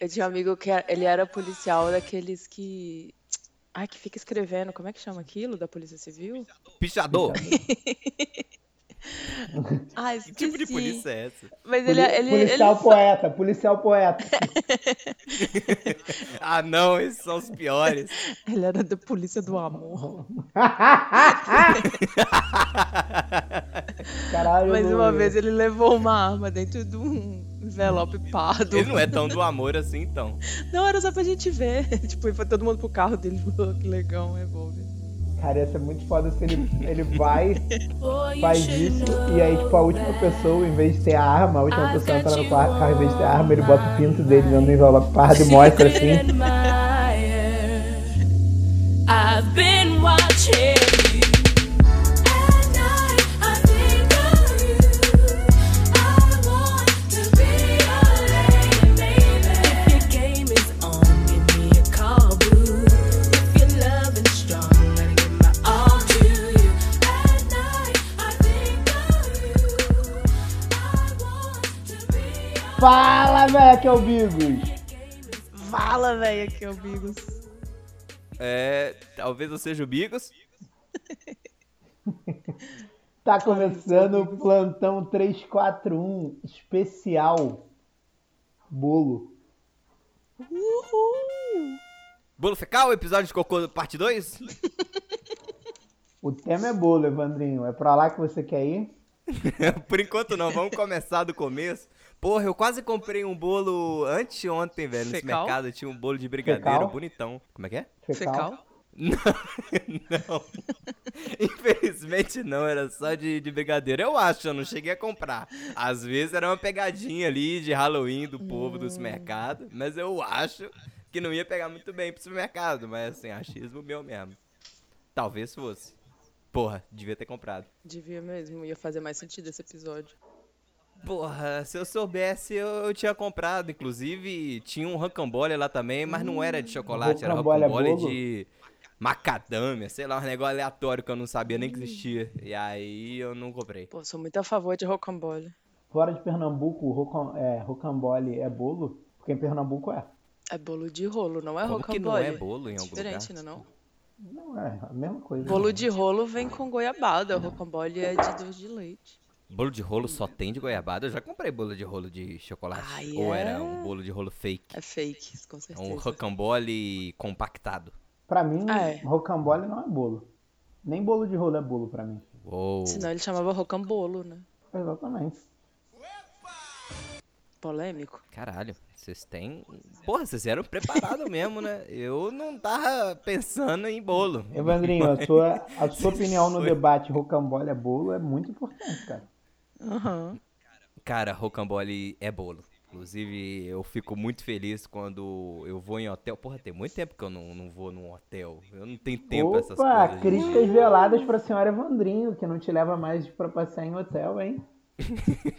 Eu tinha um amigo que era- ele era policial daqueles que. Ai, que fica escrevendo. Como é que chama aquilo? Da Polícia Civil? Pichador? Ah, Que esqueci. tipo de polícia é essa? Mas ele, Poli- ele, ele, policial poeta, policial poeta. Ah, não, esses são os piores. ele era da Polícia do Amor. Caralho. Mas eu não- uma vez ele levou uma arma dentro de um envelope pardo. Ele não é tão do amor assim, então. Não, era só pra gente ver. Tipo, e foi todo mundo pro carro dele. Falou, que legal, um revólver. Cara, ia ser muito foda se ele, ele vai, Faz faz isso, e aí, tipo, a última pessoa, em vez de ter a arma, a Ah, última tá pessoa entra no quarto, carro, em vez de ter a arma, ele bota o pinto dele dentro do envelope pardo e mostra assim. I've been watching you. At night, I think of you. I want to be your lady, baby. If your game is on, give me a call, boo. If your love is strong, let me give my all to you. At night, I think of you. I want to be your Fala, velho, aqui é o Bigos. Fala, velho, aqui é o Bigos. É. Talvez eu seja o Bigos. Tá começando o plantão 341 especial bolo. Uhul! Bolo Fecal, episódio de Cocô, parte 2? O tema é bolo, Evandrinho. É pra lá que você quer ir? Por enquanto não, vamos começar do começo. Porra, eu quase comprei um bolo anteontem, velho. Nesse Fecal? mercado tinha um bolo de brigadeiro Fecal? bonitão. Como é que é? Fecal? Fecal? Não, não. Infelizmente não, era só de, de brigadeiro. Eu acho, eu não cheguei a comprar. Às vezes era uma pegadinha ali de Halloween do povo dos mercados, mas eu acho que não ia pegar muito bem pro supermercado, mas assim, achismo meu mesmo. Talvez fosse. Porra, devia ter comprado. Devia mesmo, ia fazer mais sentido esse episódio. Porra, se eu soubesse, eu, eu tinha comprado. Inclusive, tinha um rancambole lá também, mas não era de chocolate, era Rocambole é rancambole bolo? de macadâmia, sei lá, um negócio aleatório que eu não sabia nem que Hum. existia. E aí eu não comprei. Pô, sou muito a favor de rocambole. Fora de Pernambuco, o rocam- é, rocambole é bolo? Porque em Pernambuco é. É bolo de rolo, não é Como rocambole. que não é bolo em algum Diferente, lugar? não é não? Não, é a mesma coisa. Bolo de rolo vem com goiabada, rocambole é de doce de leite. Bolo de rolo só tem de goiabada? Eu já comprei bolo de rolo de chocolate. Ai, Ou é? era um bolo de rolo fake? É fake, com É um certeza. rocambole compactado. Pra mim, Ah, é. rocambole não é bolo. Nem bolo de rolo é bolo pra mim. Uou. Senão ele chamava rocambolo, né? Exatamente. Polêmico. Caralho, vocês têm. Porra, vocês eram preparados mesmo, né? Eu não tava pensando em bolo. Evandrinho, a sua, a sua opinião no debate rocambole é bolo é muito importante, cara. Aham. Cara, rocambole é bolo. Inclusive, eu fico muito feliz quando eu vou em hotel. Porra, tem muito tempo que eu não, não vou num hotel. Eu não tenho tempo pra essas Opa, coisas. gente. críticas veladas pra senhora Evandrinho, que não te leva mais pra passear em hotel, hein?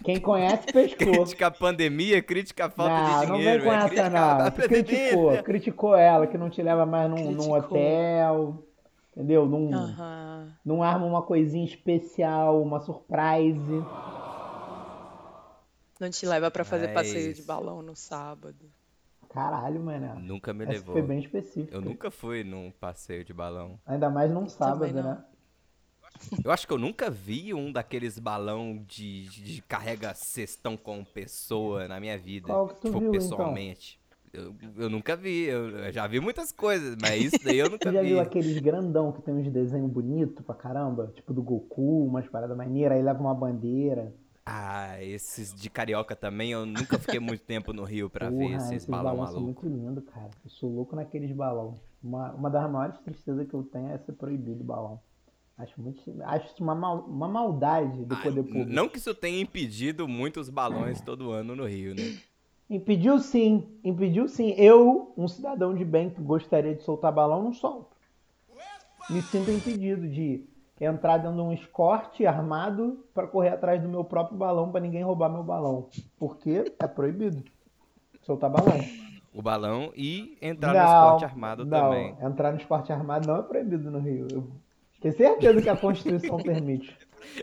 Quem conhece, pescou. Crítica à pandemia, crítica à falta não, de não dinheiro. vem com é essa, crítica à não. Tu criticou, pandemia. criticou ela, que não te leva mais num, num Criticou. hotel, entendeu? Num, Aham. não arma uma coisinha especial, uma surprise. Não te leva pra fazer É passeio de isso. balão no sábado. Caralho, mané. Nunca me Essa levou. foi bem específica. Eu nunca fui num passeio de balão. Ainda mais num sábado, não. né? Eu acho que eu nunca vi um daqueles balão de, de- de carrega cestão com pessoa na minha vida. Qual que tu tipo, viu, então? pessoalmente. Eu, eu nunca vi, eu, eu já vi muitas coisas, mas isso daí eu nunca Tu já vi. viu aqueles grandão que tem uns desenhos bonitos pra caramba? Tipo do Goku, umas paradas maneiras, aí leva uma bandeira. Ah, esses de carioca também, eu nunca fiquei muito tempo no Rio pra ver Porra, esses esses balão é balões são maluco. muito lindos, cara. Eu sou louco naqueles balão. Uma, uma das maiores tristezas que eu tenho é ser proibido balão. Acho muito. Acho isso uma, mal- uma maldade do Ah, poder público. não que isso tenha impedido muitos balões todo ano no Rio, né? Impediu sim, impediu sim. Eu, um cidadão de bem que gostaria de soltar balão, não solto. Me sinto impedido de entrar dentro de um escorte armado pra correr atrás do meu próprio balão pra ninguém roubar meu balão. Porque é proibido soltar balão. O balão e entrar no esporte armado não. também. Entrar no esporte armado não é proibido no Rio. Eu tenho certeza que a Constituição permite.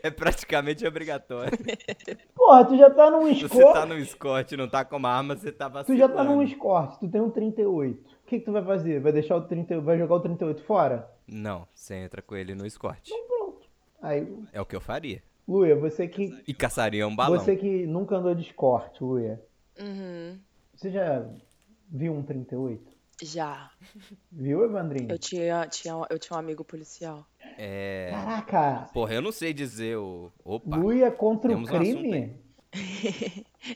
É praticamente obrigatório. Porra, tu já tá num Se escorte. você tá no escote, não tá com uma arma, você tá Tu vacilando. já tá num escorte, tu tem um 38. O que, que tu vai fazer? Vai deixar o 38. Vai jogar o 38 fora? Não, você entra com ele no escorte. Pronto. Aí, É o que eu faria. Luia, você que. E caçaria um balão. Você que nunca andou de escorte, Luia. Uhum. Você já viu um 38? Já. Viu, Evandrinho? Eu tinha, tinha, eu tinha um amigo policial. É. Caraca! Porra, eu não sei dizer o. Opa! Luia contra Temos o um assunto crime?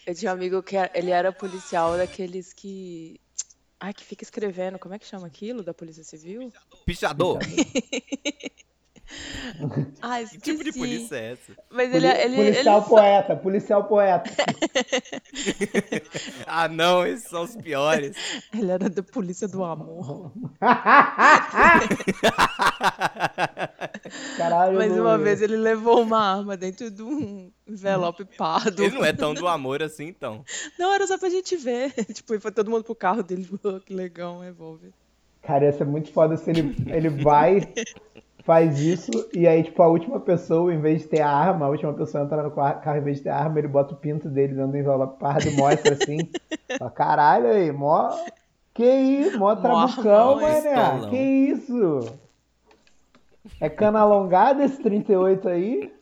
Eu tinha um amigo que era- ele era policial daqueles que. Ai, que fica escrevendo. Como é que chama aquilo? Da Polícia Civil? Pichador! Ai, Que tipo Ah, de esqueci. polícia é essa? Mas ele, Poli- ele, ele, policial poeta, policial poeta. Ah, não, esses são os piores. ele era da Polícia do Amor. Caralho. Mas Luia. uma vez ele levou uma arma dentro de um envelope pardo. Ele não é tão do amor assim, então. Não, era só pra gente ver. Tipo, e foi todo mundo pro carro dele. "Oh, que legal, um revólver. Cara, ia ser muito foda se ele, ele vai, faz isso, e aí, tipo, a última pessoa, em vez de ter a arma, a última pessoa entra no qua- carro, em vez de ter a arma, ele bota o pinto dele dentro do envelope pardo e mostra assim. Fala, Caralho aí, mó. Que isso, mó trabucão, armão, mané. pistolão. Que isso? É cana alongada esse 38 aí?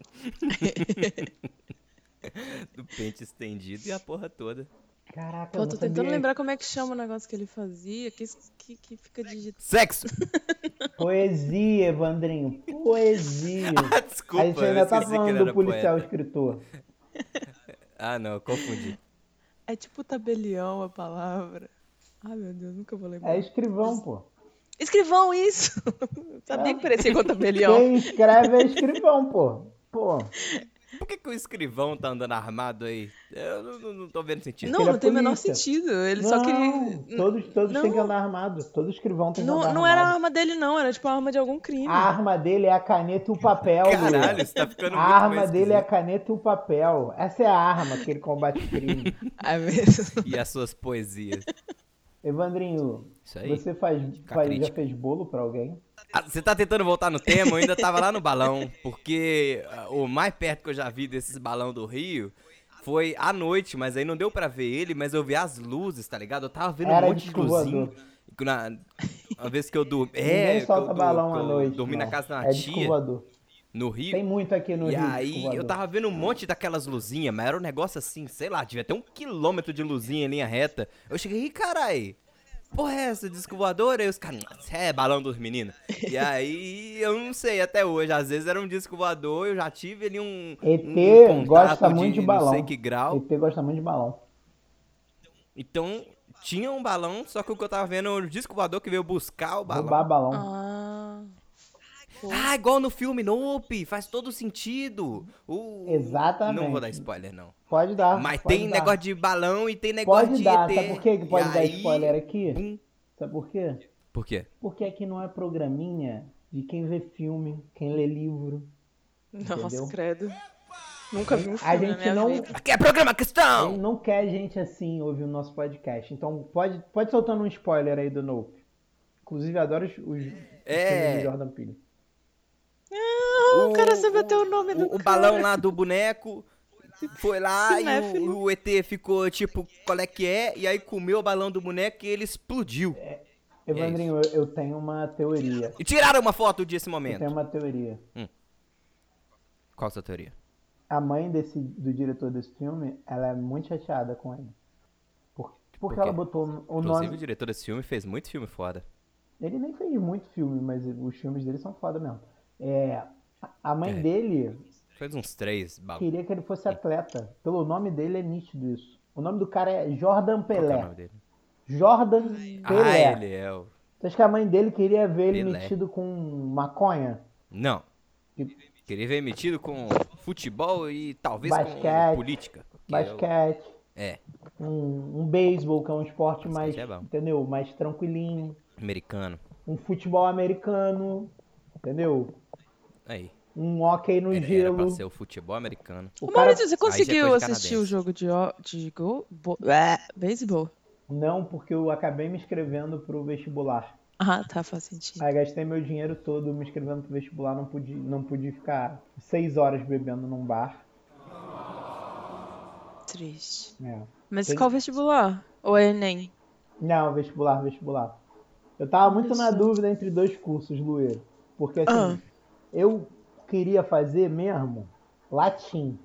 Do pente estendido e a porra toda. Caraca, Pô, eu não tô tentando sabia. lembrar como é que chama o negócio que ele fazia. Que, es- que, que fica digitado. Sexo! Poesia, Evandrinho. Poesia. Ah, a gente desculpa, eu ainda tá esqueci que ele falando do era policial poeta. escritor. Ah, não, eu confundi. É tipo tabelião a palavra. Ai, meu Deus, nunca vou lembrar. É escrivão, pô. Escrivão, isso! Sabia Ah. que parecia com tabelião. Quem escreve é escrivão, pô. Pô, Por que, que o escrivão tá andando armado aí? Eu não, não- não tô vendo sentido. Não, Ele é não tem o menor polícia. sentido. Ele não, só queria. todos, todos Não. têm que andar armado. Todo escrivão tem que andar Não, não era a armado. arma dele, não. Era tipo a arma de algum crime. A arma dele é a caneta e o papel, Luiz. Caralho, isso tá ficando A muito arma mais dele é a caneta e o papel. Essa é a arma que ele combate o crime. É mesmo. esquisito. E as suas poesias. Evandrinho, Isso aí. você faz, Fica faz- já crítico. fez bolo pra alguém? Ah, Você tá tentando voltar no tema, eu ainda tava lá no balão, porque ah, o mais perto que eu já vi desses balão do Rio foi à noite, mas aí não deu pra ver ele, mas eu vi as luzes, tá ligado? Eu tava vendo Era um monte de disco voador. luzinho. Que Na, uma vez que eu dormi. É, Ninguém que eu solta dur- balão que à eu noite. Dormi na não. casa da é disco tia, voador. no Rio. Tem muito aqui no e Rio. aí disco voador. eu tava vendo um monte daquelas luzinhas, mas era um negócio assim, sei lá, devia ter um quilômetro de luzinha em linha reta. Eu cheguei, ih, carai, porra é essa, disco voador? Aí os caras, "Nossa, é balão dos meninos. E aí, eu não sei até hoje, às vezes era um disco voador, eu já tive ali um ET um contato gosta muito de balão. não sei que grau. ET gosta muito de balão. Então, tinha um balão, só que o que eu tava vendo era o disco voador que veio buscar o balão. Roubar balão. Ah. Ah, igual no filme Nope, faz todo sentido. O- Exatamente. Não vou dar spoiler, não. Pode dar. Mas pode tem dar. negócio de balão e tem negócio Pode de dar, ET. sabe por que que pode E dar aí- hum? spoiler aqui? Bum. Sabe por quê? Por quê? Porque aqui não é programinha de quem vê filme, quem lê livro. Nossa, Entendeu? credo. Nunca vi um filme A na gente minha não, vida. Aqui é programa a gente cristão! não quer gente assim ouvir o nosso podcast. Então pode, pode soltando um spoiler aí do Nope. Inclusive, adoro os, os filmes do É, Jordan Peele. Não, o cara O- sabe até o nome do o, o cara. balão lá do boneco foi lá e Cinéfilo. o, o ET ficou tipo, qual é que é? E aí comeu o balão do boneco e ele explodiu. É Evandrinho, eu, eu tenho uma teoria. E tiraram uma foto desse Eu tenho momento. uma teoria. Qual a sua teoria? A mãe desse, do diretor desse filme, ela é muito chateada com ele. Por, porque quê? ela botou o Inclusive, nome. o diretor desse filme fez muito filme foda. Ele nem fez muito filme, mas os filmes dele são foda mesmo. É, a mãe É. dele Fez uns três balões. queria que ele fosse atleta. Pelo nome dele é nítido isso. O nome do cara é Jordan Qual que é o Pelé. nome dele? Jordan Ah, Pelé. ele é o... Você acha que a mãe dele queria ver ele Pelé. metido com maconha? Não. E- Queria ver metido com futebol e talvez Basquete. com política. que é eu- Basquete, É, um, um beisebol, que é um esporte mais, é bom. entendeu? Mais tranquilinho. americano. Um futebol americano, entendeu? Aí. Um hockey no Era, era pra gelo. ser o futebol americano. Ô, O cara... Maurício, você já é conseguiu coisa assistir canadense. o jogo de, ó- de gol? Bo... É, beisebol? Não, porque eu acabei me inscrevendo pro vestibular. Ah, tá, faz sentido. Aí gastei meu dinheiro todo me inscrevendo pro vestibular, não pude, não pude ficar seis horas bebendo num bar. Triste. É. Mas Tem- qual vestibular? Ou é Enem? Não, vestibular, vestibular. Eu tava muito na dúvida entre dois cursos, Luê. Porque Ah. assim, eu queria fazer mesmo latim.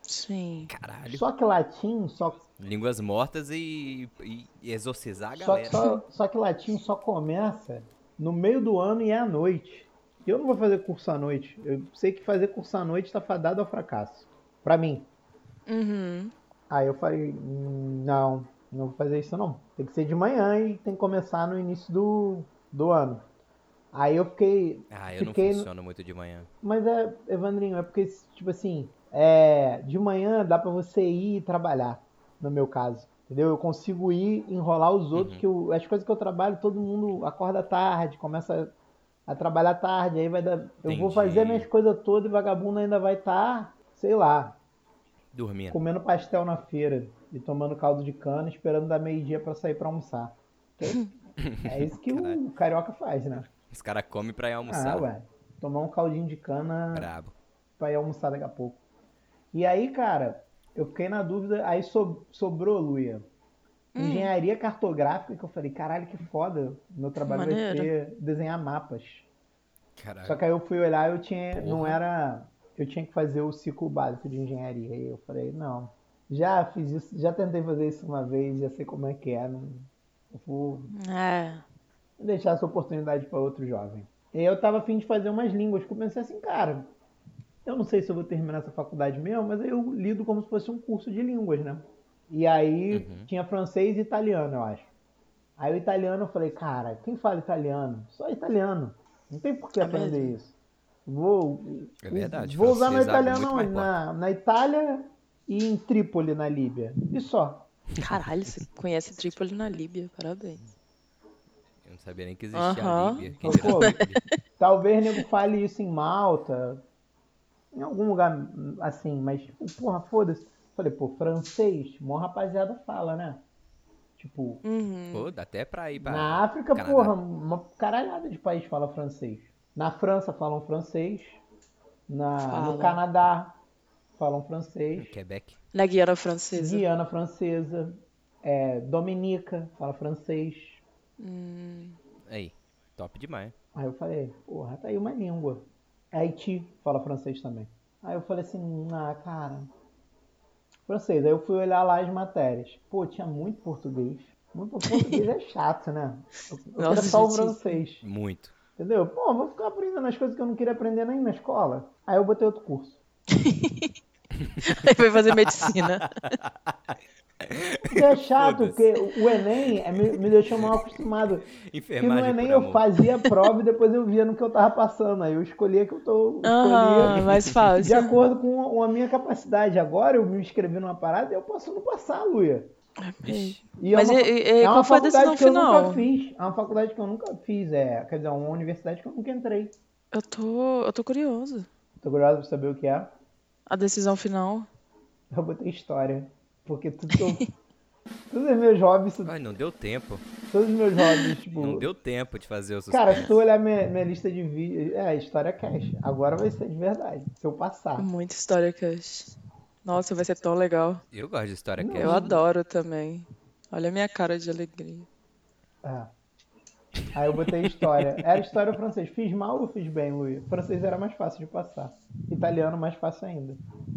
Sim. Caralho. Só que latim só, Línguas mortas e, e- e exorcizar a só, galera. só, só que latim só começa no meio do ano e é à noite. E Eu não vou fazer curso à noite. Eu sei que fazer curso à noite tá fadado ao fracasso. Pra mim. Uhum. Aí eu falei, "Hum, não, não vou fazer isso não. Tem que ser de manhã e tem que começar no início do, do ano. Aí eu fiquei, Ah, eu não Fiquei no- funciono muito de manhã. Mas é, Evandrinho, é porque, tipo assim, é, de manhã dá pra você ir e trabalhar, no meu caso. Entendeu? Eu consigo ir, enrolar os outros, Uhum. que eu- as coisas que eu trabalho, todo mundo acorda tarde, começa a trabalhar tarde, aí vai dar. Eu vou Entendi. fazer minhas coisas todas e vagabundo ainda vai estar, sei lá, Dormindo. comendo pastel na feira e tomando caldo de cana, esperando dar meio-dia pra sair pra almoçar. Ok? É isso que o Caralho. carioca faz, né? Os caras comem pra ir Ah, almoçar. ué. Tomar um caldinho de cana Brabo. pra ir almoçar daqui a pouco. E aí, cara, eu fiquei na dúvida, aí so- sobrou, Luia, Hum. engenharia cartográfica, que eu falei, caralho, que foda, meu trabalho vai Maneiro. ser desenhar mapas. Só Caralho. que aí eu fui olhar, eu tinha, não É. Porra. era, eu tinha que fazer o ciclo básico de engenharia, e eu falei, não, já fiz isso, já tentei fazer isso uma vez, já sei como é que é, não, eu vou É. deixar essa oportunidade para outro jovem. E aí eu tava afim de fazer umas línguas, que eu pensei assim, cara, eu não sei se eu vou terminar essa faculdade mesmo, mas eu lido como se fosse um curso de línguas, né? E aí Uhum. tinha francês e italiano, eu acho. Aí o italiano eu falei, cara, quem fala italiano? Só italiano. Não tem por que É aprender mesmo? isso. Vou, É verdade, vou usar meu francês abre italiano muito mais onde? na, na Itália e em Trípoli, na Líbia. E só. Caralho, você conhece Trípoli na Líbia, parabéns. Eu não sabia nem que existia a Aham. Líbia. Quem Ô, dirá pô. Bíblia? Talvez nego fale isso em Malta, em algum lugar assim, mas, tipo, porra, foda-se. Falei, pô, francês, mó rapaziada fala, né? Tipo, Uhum. Pô, dá até pra ir pra. na África, Canadá. porra, uma caralhada de país fala francês. Na França falam francês, na, no Fala. Canadá falam francês, Quebec. Na Guiana Francesa. Guiana francesa, é, Dominica fala francês. Hum, Aí. Top demais. Aí eu falei, porra, tá aí uma língua. Haiti fala francês também. Aí eu falei assim, ah, cara. Francês. Aí eu fui olhar lá as matérias. Pô, tinha muito português. Muito português é chato, né? Eu, eu queria Nossa, só o gente. francês. Muito. Entendeu? Pô, vou ficar aprendendo as coisas que eu não queria aprender nem na escola. Aí eu botei outro curso. Aí vai fazer medicina. Porque é chato, Foda-se. porque o Enem é- me, me deixou mal acostumado. É Porque no Enfermagem Enem né, por é eu amor. fazia a prova e depois eu via no que eu tava passando. Aí eu escolhia que eu tô. Aham, escolhia- mais De fácil. acordo com com a minha capacidade. Agora eu me inscrevi numa parada e eu posso não passar, Luia. Ixi, E Mas é uma, e- e- e é uma qual foi a faculdade decisão que eu nunca final? fiz. É uma faculdade que eu nunca fiz. É, quer dizer, uma universidade que eu nunca entrei. Eu tô, eu tô curioso. Tô curioso pra saber o que é. A decisão final. Eu botei história. Porque tudo que eu. Todos os meus hobbies, Ai, não deu tempo. todos os meus hobbies, tipo. Não deu tempo de fazer o suspense. Cara, se tu olhar minha, minha lista de vídeos. É, história cash. Agora vai ser de verdade. Se eu passar. Muita história, Cash. Nossa, vai ser tão legal. Eu gosto de história Eu cast. adoro também. Olha a minha cara de alegria. É. Aí eu botei história. Era história ou francês. Fiz mal ou fiz bem, Luiz? Francês era mais fácil de passar. Italiano, mais fácil ainda.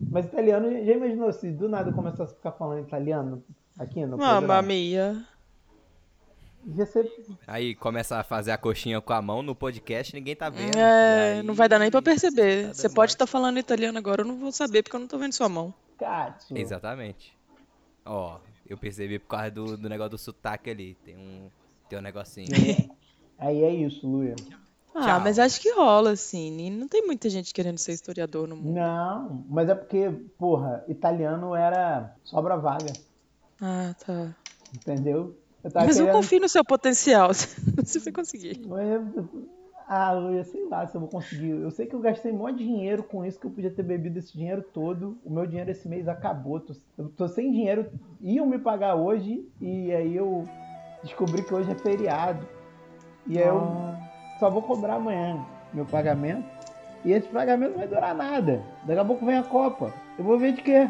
Mas italiano, já imaginou se do nada eu começasse a ficar falando italiano aqui no Mamma programa? mia. Ia ser... Aí começa a fazer a coxinha com a mão no podcast, ninguém tá vendo. É, Aí- não vai dar nem pra perceber. tá Você dando pode mais. estar falando italiano agora, eu não vou saber porque eu não tô vendo sua mão. Cátia. Exatamente. Ó, eu percebi por causa do, do negócio do sotaque ali. Tem um, tem um negocinho. Aí é isso, Luiz. Ah, Tchau. mas acho que rola, assim. E Não tem muita gente querendo ser historiador no mundo. Não, mas é porque, porra, italiano era sobra vaga, Ah, tá. entendeu? Eu tava Mas eu Tá querendo- confio no seu potencial. Você vai conseguir. Mas eu- Ah, Luia, sei lá se eu vou conseguir. Eu sei que eu gastei mó dinheiro com isso, que eu podia ter bebido esse dinheiro todo. O meu dinheiro esse mês acabou. Tô- eu tô sem dinheiro. Iam me pagar hoje e aí eu descobri que hoje é feriado. E aí eu só vou cobrar amanhã meu pagamento. E esse pagamento não vai durar nada. Daqui a pouco vem a Copa. Eu vou ver de quê?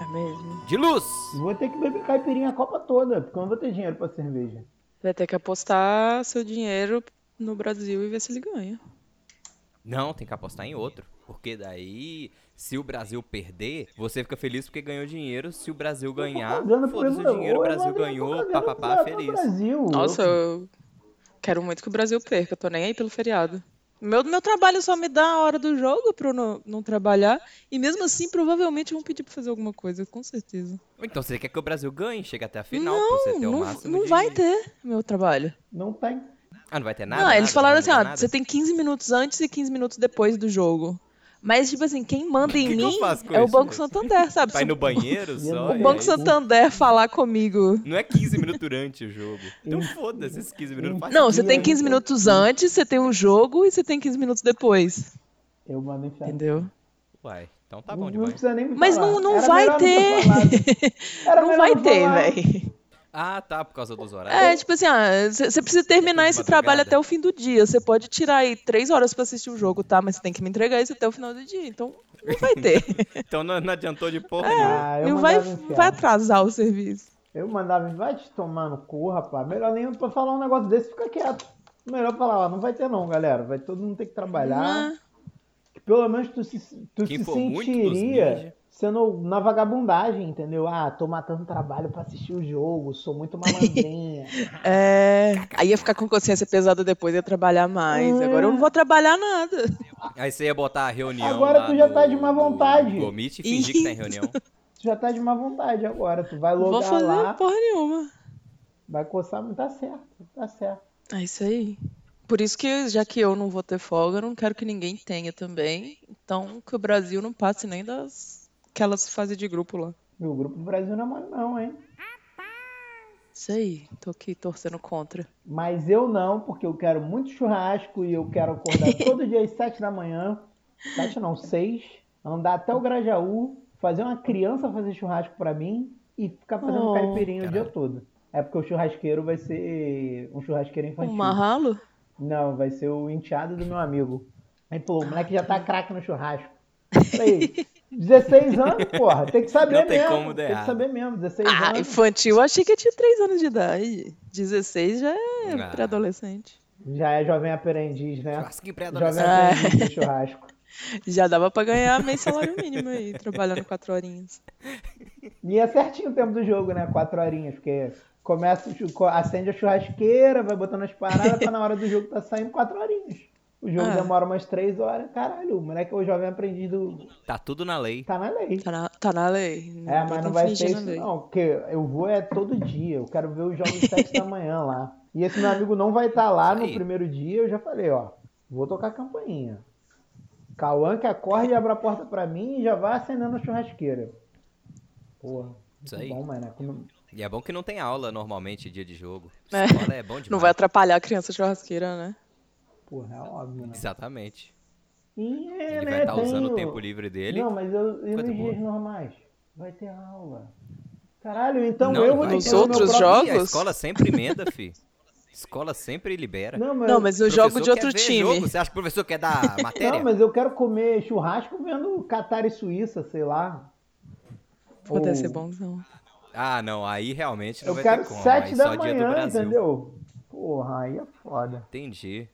É mesmo. De luz! Vou ter que beber caipirinha a Copa toda, porque eu não vou ter dinheiro pra cerveja. Vai ter que apostar seu dinheiro no Brasil e ver se ele ganha. Não, tem que apostar em outro. Porque daí, se o Brasil perder, você fica feliz porque ganhou dinheiro. Se o Brasil ganhar, Cagando pro foda-se o Brasil. dinheiro, o Eu Brasil não tô ganhou, cagando papapá, pro feliz. Brasil. Nossa, Eu- eu quero muito que o Brasil perca, eu tô nem aí pelo feriado. Meu, meu trabalho só me dá a hora do jogo pra eu não, não trabalhar. E mesmo assim, provavelmente vão pedir pra fazer alguma coisa, com certeza. Então você quer que o Brasil ganhe, chega até a final, pra não, você ter o não, máximo não de- vai ter meu trabalho. Não tem. Ah, não vai ter nada? não, eles Nada? falaram Não assim, muda ó, nada? você tem 15 minutos antes e 15 minutos depois do jogo. Mas, tipo assim, quem manda em Que que eu mim faço com é o isso, Tá Banco gente? Santander, sabe? Vai Se no banheiro só? o e Banco aí- Santander falar comigo. Não é 15 minutos durante o jogo. Então foda-se esses 15 minutos. faz Não, você sentido tem nenhum. 15 minutos antes, você tem um jogo e você tem 15 minutos depois. Eu mando enfiar. Entendeu? Uai, então tá não, bom não demais. precisa nem me Mas falar. não- não Era vai melhor ter. falado. Era Não melhor vai ter, falar. velho. Ah, tá, por causa dos horários. É, tipo assim, você precisa terminar de esse trabalho madrugada. até o fim do dia. Você pode tirar aí três horas pra assistir o jogo, tá? Mas você tem que me entregar isso até o final do dia. Então, não vai ter. Então não, não adiantou de porra nenhuma. Ah, eu não vai, mandava enfiar. vai atrasar o serviço. Eu mandava, vai te tomar no cu, rapaz. Melhor nem pra falar um negócio desse, fica quieto. Melhor falar, ó, não vai ter não, galera. Vai todo mundo ter que trabalhar. Ah, Que Pelo menos tu se, tu Quem se for muito dos sentiria ninja. sendo na vagabundagem, entendeu? Ah, tô matando trabalho pra assistir o jogo, sou muito malandrinha. é, aí ia ficar com consciência pesada depois, ia trabalhar Ah. mais. Agora eu não vou trabalhar nada. Aí você ia botar a reunião. Agora lá tu já no- tá de má vontade. no Google Meet e fingir que tá em reunião. tu já tá de má vontade agora. Tu vai Não vou logar fazer lá, porra nenhuma. vai coçar, mas tá certo, tá certo. É isso aí. Por isso que, já que eu não vou ter folga, eu não quero que ninguém tenha também. Então, que o Brasil não passe nem das aquelas fases de grupo lá. Meu grupo do Brasil não é mole não, hein? Isso aí, tô aqui torcendo contra. Mas eu não, porque eu quero muito churrasco e eu quero acordar todo dia às 7 da manhã. 7 não, 6. Andar até o Grajaú, fazer uma criança fazer churrasco pra mim e ficar fazendo Oh. caipirinha o Caralho. dia todo. É porque o churrasqueiro vai ser um churrasqueiro O infantil. Marralo? Não, vai ser o enteado do meu amigo. Aí falou, o moleque já tá craque no churrasco. Eu Falei, 16 anos, porra, tem que saber Não tem mesmo. como dar tem que errado. saber mesmo, 16 Ah, anos. infantil, eu achei que eu tinha 3 anos de idade. 16 já é Ah. pré-adolescente. Já é jovem aprendiz, né? Churrasquinho Jovem pré-adolescente. Ah. aprendiz de churrasco. Já dava pra ganhar meio salário mínimo aí, trabalhando 4 horinhas. E é certinho o tempo do jogo, né? Quatro horinhas, porque começa, o chu- co- acende a churrasqueira, vai botando as paradas, tá na hora do jogo, tá saindo quatro horinhas. O jogo Ah. demora umas três horas, caralho, o moleque é o jovem aprendiz do. Tá tudo na lei. Tá na lei. Tá na, tá na lei. É, mas não vai ser fingir na isso lei. não, porque eu vou é todo dia, eu quero ver os jogos às sete da manhã lá. E esse meu amigo não vai estar lá no Aí. primeiro dia, eu já falei, ó, vou tocar a campainha. Cauã que acorde e abra a porta pra mim e já vai acendendo a churrasqueira. Porra, Isso muito aí. bom, mano. Como- E é bom que não tem aula normalmente dia de jogo. É. Escola é bom demais. Não vai atrapalhar a criança churrasqueira, né? Porra, é óbvio, né? Exatamente. E é, Ele né, vai estar tem usando o tempo livre dele. Não, mas eu, e Coisa nos boa. dias normais? Vai ter aula. Caralho, então Não, eu vou vai. ter Nos que fazer outros meu próprio... jogos? Ih, a escola sempre emenda, fi. Escola sempre libera. Não, mas, Não, mas eu jogo Professor de outro quer ver time. jogo? Você acha que o professor quer dar matéria? não, mas eu quero comer churrasco vendo Catar e Suíça, sei lá. Pô, Ou- deve ser bonzão. Ah, não, aí realmente não Eu vai quero ter como. sete aí da só dia do manhã, Brasil. entendeu? Porra, aí é foda. Entendi.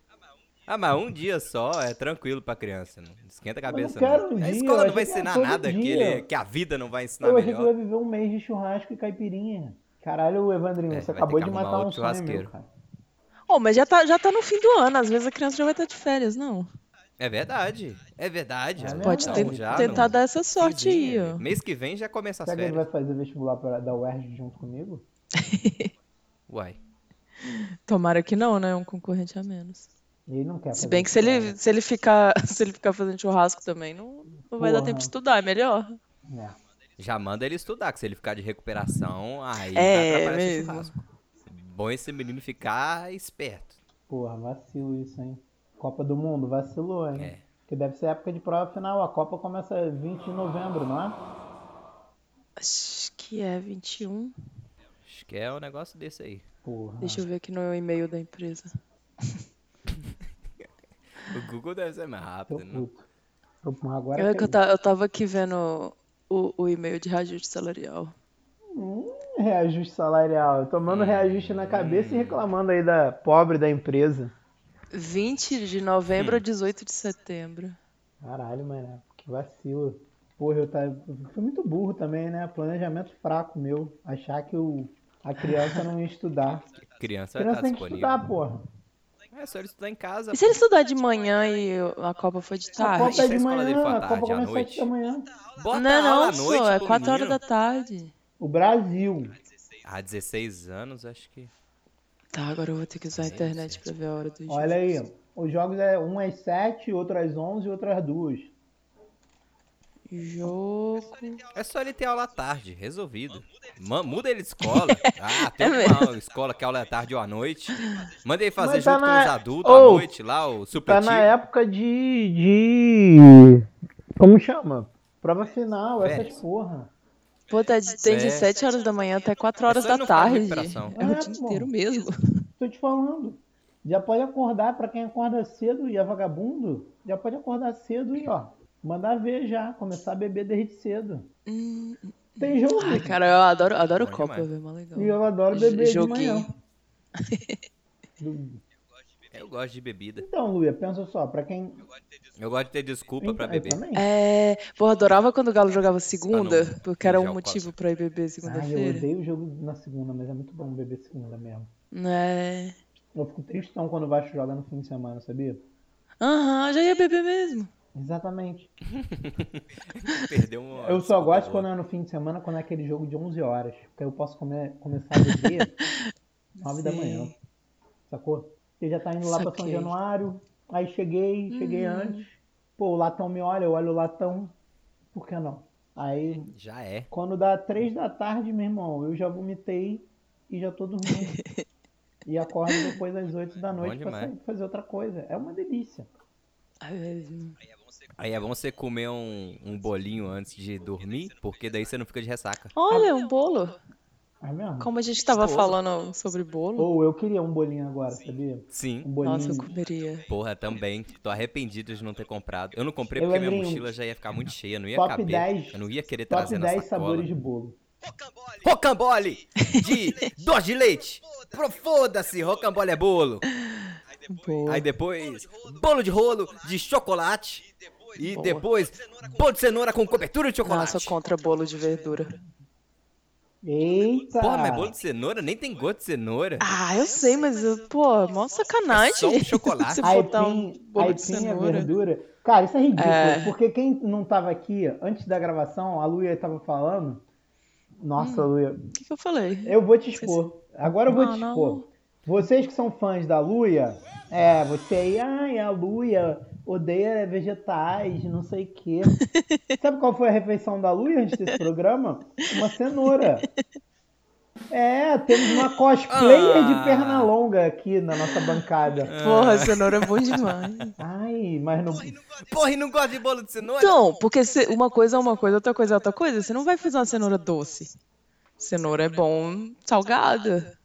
Ah, mas um dia só é tranquilo pra criança. Não esquenta a cabeça, Mas eu quero não. um a dia, escola eu não vai achei que era ensinar todo nada que, dia. ele- que a vida não vai ensinar eu achei que eu melhor. ia viver um mês de churrasco e caipirinha. Caralho, Evandrinho, É, você vai ter acabou que de arrumar matar um outro sonho meu, churrasqueiro. Tá cara. Oh, mas já tá, já tá no fim do ano, às vezes a criança já vai estar de férias, não. É verdade. É verdade. É já. Pode Não, ten- já tentar não- dar essa sorte aí, Sim, ó. Mês que vem já começa as Será que ele férias. vai fazer vestibular pra, da UERJ junto comigo? Uai. Tomara que não, né? Um concorrente a menos. Ele não quer Se fazer bem que se ele, escola, se ele ficar, se ele ficar fazendo churrasco também, não, não vai dar Porra. tempo de estudar, é melhor. né? Já manda ele estudar, que se ele ficar de recuperação, aí É, já atrapalha esse mesmo. churrasco. Bom esse menino ficar esperto. Porra, vacilo isso, hein? Copa do Mundo, vacilou, hein? É. Porque deve ser a época de prova final. A Copa começa 20 de novembro, não é? Acho que é 21. Acho que é um negócio desse aí. Porra. Deixa eu ver aqui no e-mail da empresa. O Google deve ser mais Tô rápido, né? puto. Tô com agora. É que que eu, ta- eu tava aqui vendo o, o e-mail de reajuste salarial. Reajuste salarial. Hum. Tomando reajuste na cabeça e reclamando aí da pobre da empresa. 20 de novembro a 18 de setembro. Caralho, mano. Que vacilo. Porra, eu, tá... eu fui muito burro também, né? Planejamento fraco meu. Achar que o... a criança não ia estudar. Criança vai criança estar tem que tá disponível. estudar, porra. É só ele estudar em casa. E se ele estudar de manhã e a Copa foi de A tarde? Copa é isso de a escola dele manhã, foi à a Copa tarde, à começa às noite. 7 da manhã. Bota não, tá aula não, à noite só, é pro 4 horas menino. da tarde. O Brasil. Há 16 anos, acho que. Tá, agora eu vou ter que usar a internet pra ver a hora do jogo. Olha aí. Os jogos é um às 7, outro às 11 e outro às 2. Jogo. É só ele ter aula à tarde, resolvido. Ma- muda ele de escola. Ah, tem É uma escola que aula é à tarde ou à noite. Manda ele fazer Mas tá junto na- com os adultos à Ô, noite lá, o Tá supletivo. na época de, de. Como chama? Prova final, Velho. essas porra. Pô, tá de, tem de É. 7 horas da manhã até 4 É horas só da ele não ficar em tarde. recuperação. É o É, dia pô. inteiro mesmo. Tô te falando. Já pode acordar, pra quem acorda cedo e é vagabundo, já pode acordar cedo e ó, mandar ver já, começar a beber desde cedo. Hum, Tem jogo. ai, cara, eu adoro, adoro Bom Copa, demais. velho, mó legal. E eu adoro beber Joguinho. de manhã. Do- Eu gosto de bebida. Então, Luia, pensa só, pra quem. Eu gosto de ter desculpa Então, pra eu beber. também. É, pô, eu adorava quando o Galo jogava segunda, Pra Ah, não- porque era já um o quase. motivo pra ir beber Ai, Ah, eu segunda-feira. odeio o jogo na segunda, mas é muito bom beber segunda mesmo. Né? Eu fico tristão quando o Vasco joga no fim de semana, sabia? Aham, já ia beber mesmo. Exatamente. Perdeu uma Eu só desculpa gosto boa. quando é no fim de semana, quando é aquele jogo de 11 horas. Porque aí eu posso come- começar a beber 9 da Sim. manhã. Sacou? Você já tá indo lá pra São Saquei. Januário. Aí cheguei, cheguei Uhum. antes. Pô, o latão me olha, eu olho o latão. Por que não? Aí, Já é. quando dá 3 da tarde, meu irmão, eu já vomitei e já tô dormindo. e acordo depois às 8 da noite pra demais. sair, fazer outra coisa. É uma delícia. Ai, velho. Aí é bom você comer um, um bolinho antes de dormir, porque daí você não fica de ressaca. Olha, um bolo. É mesmo? Como a gente tava falando sobre bolo. Ou eu queria um bolinho agora, sabia? Um Sim. bolinho. Nossa, eu comeria. Porra, também. Tô arrependido de não ter comprado. Eu não comprei Eu porque minha lembrei um. mochila já ia ficar muito cheia, não ia Top caber. 10. eu não ia querer Top trazer 10 na sacola. sabores de bolo. Rocambole de doce de leite. Pro- Foda-se, rocambole é bolo. um Bolo. Aí depois, bolo de rolo de chocolate. E Boa. depois, bolo de cenoura com cobertura de Não, eu chocolate. sou contra bolo de verdura. Eita! Porra, mas bolo de cenoura nem tem gosto de cenoura. Ah, eu sei, mas, eu- pô, mó sacanagem. É só um chocolate. Você botar um Aipim, bolo de aipim é cenoura. verdura. Cara, isso é ridículo. É. Porque quem não tava aqui antes da gravação, a Luia tava falando. Nossa, Luia, O que, que eu falei? eu vou te expor. Agora eu vou Não, te não. expor. Vocês que são fãs da Luia, é, você aí, ai, a Luia odeia vegetais, não sei o quê. Sabe qual foi a refeição da Luia antes desse programa? Uma cenoura. É, temos uma cosplayer Ah. de perna longa aqui na nossa bancada. Porra, cenoura é bom demais. Ai, mas não. Porra, e não gosta de bolo de cenoura? Então, porque se- uma coisa é uma coisa, outra coisa é outra coisa, você não vai fazer uma cenoura doce. Cenoura é bom salgada.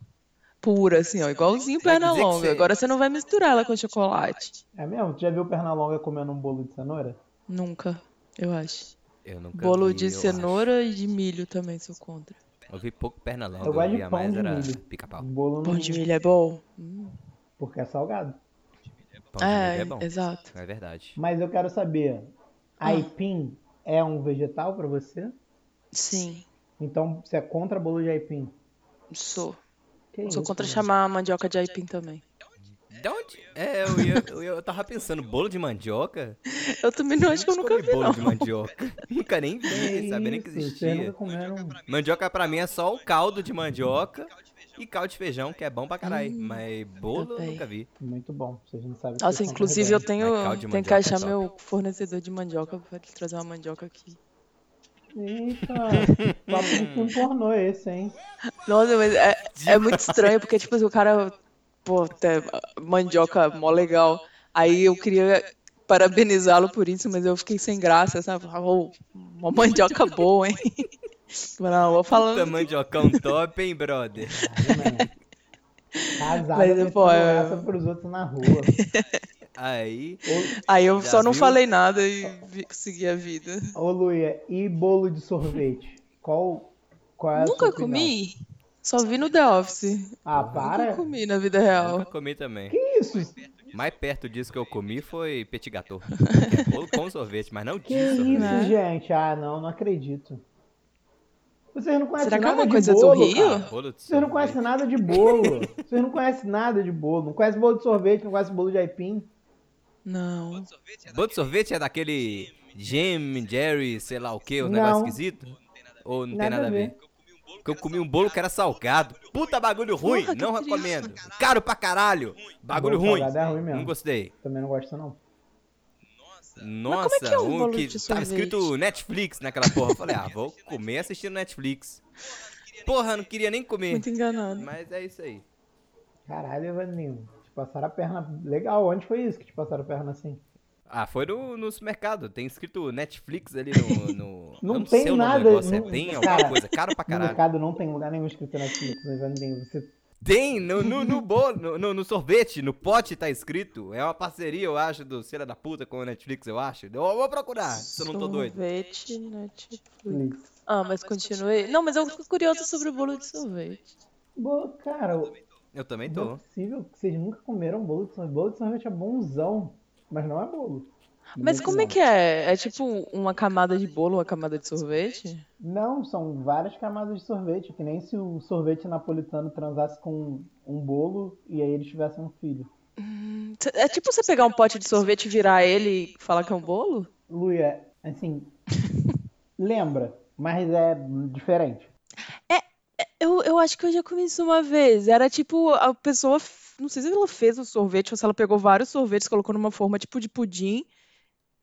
Pura, assim, ó, igualzinho perna dizer que longa. você- Agora você não vai misturar ela com chocolate. É mesmo? Tu já viu perna longa comendo um bolo de cenoura? Nunca, eu acho. Eu nunca Bolo vi, eu de acho. cenoura e de milho também sou contra. Eu vi pouco perna longa, Eu gosto eu de via pão mais de era milho. pica-pau. Um bolo Pão não, de milho é bom? Hum. porque é salgado. Pão de milho É, é bom. exato. É verdade. Mas eu quero saber, Ah. aipim é um vegetal pra você? Sim, Então você é contra bolo de aipim? sou. Que Sou isso, contra mano? chamar a mandioca de aipim também. De onde? É, eu, ia, eu, ia- eu tava pensando, bolo de mandioca? Eu também não acho que eu nunca Escolhi vi, bolo não. de mandioca. nunca nem vi, sabia nem que isso, Vocês nunca existia. comeram Mandioca pra mim é só o caldo de mandioca e caldo de feijão, que é bom pra caralho. Hum, Mas bolo eu também. nunca vi. muito bom, vocês não sabem. o que Nossa, vocês são inclusive eu perdendo. tenho, Mas caldo de tenho que mandioca é achar top. meu fornecedor de mandioca pra ele trazer uma mandioca aqui. Eita, papo de filme pornô esse, hein? Nossa, mas é, é muito estranho, porque, tipo, assim, o cara. Pô, tá- mandioca mó legal. Aí eu queria parabenizá-lo por isso, mas eu fiquei sem graça, sabe? Falava, "Ô, uma mandioca boa, hein? Não, eu falando. Puta Tá mandiocão top, hein, brother? Casada Mas, Mas, pô, pô, eu- essa pros outros na rua. Aí. Aí eu Já só não viu? falei nada e vi- segui a vida. Ô, ô Luia, e bolo de sorvete? Qual, qual é a sua Nunca opinião? comi. Só vi no The Office. Ah, Nunca para? comi na vida Eu real. comi também. Que isso? Mais perto disso que eu comi foi petit gâteau. Que é bolo com sorvete, mas não Que de isso, sorvete. né? gente? Ah, não, não acredito. Vocês não conhecem Será que é nada uma de coisa do bolo, Rio? cara. Ah, Bolo de Vocês não sorvete. conhecem nada de bolo. Vocês não conhecem nada de bolo. Não conhecem bolo de sorvete, não conhecem bolo de aipim. Não. Bolo de sorvete é daquele Jim, Jerry, sei lá o que, o negócio Não. esquisito? Ou não tem Nada nada a a ver? Porque eu comi um bolo que era salgado. Puta bagulho ruim, Porra, que não triste. recomendo. Caro pra caralho. Bagulho Bolo ruim. salgado é ruim mesmo. Não gostei. Também não gosto, não. Nossa, como é que é um um bolo que de tava sorvete? escrito Netflix naquela porra. Eu falei, ah, vou comer assistindo Netflix. Porra, não queria nem comer. Muito enganado. Mas é isso aí. Caralho, Evaninho. Te passaram a perna. Legal, onde foi isso que te passaram a perna assim? Ah, foi no, no supermercado. Tem escrito Netflix ali no. no- eu Não sei tem o nome do nada, negócio, é não- tem cara, alguma coisa. Caro pra No caralho. mercado não tem lugar nenhum escrito Netflix, né, Evaninho? Você... Tem, no, no, no bolo, no, no- no sorvete, no pote tá escrito. É uma parceria, eu acho, do Cera da Puta com o Netflix, eu acho. Eu vou procurar, se eu Ah, não Então, tô doido. Sorvete, Netflix. Ah, mas continuei. Não, mas eu fico curiosa sobre o bolo de sorvete. Boa, cara, Eu também não é tô. possível que vocês nunca comeram bolo de sorvete. Bolo de sorvete é bonzão, mas não é bolo. Mas como é que é? É tipo uma camada de bolo, uma camada de sorvete? Não, são várias camadas de sorvete, que nem se o sorvete napolitano transasse com um bolo e aí eles tivessem um filho. Cê- É tipo você pegar um pote de sorvete, virar ele e falar que é um bolo? Luia, assim, lembra, mas é diferente. Eu, eu acho que eu já comi isso uma vez. Era tipo, a pessoa, f- não sei se ela fez o sorvete ou se ela pegou vários sorvetes, colocou numa forma tipo de pudim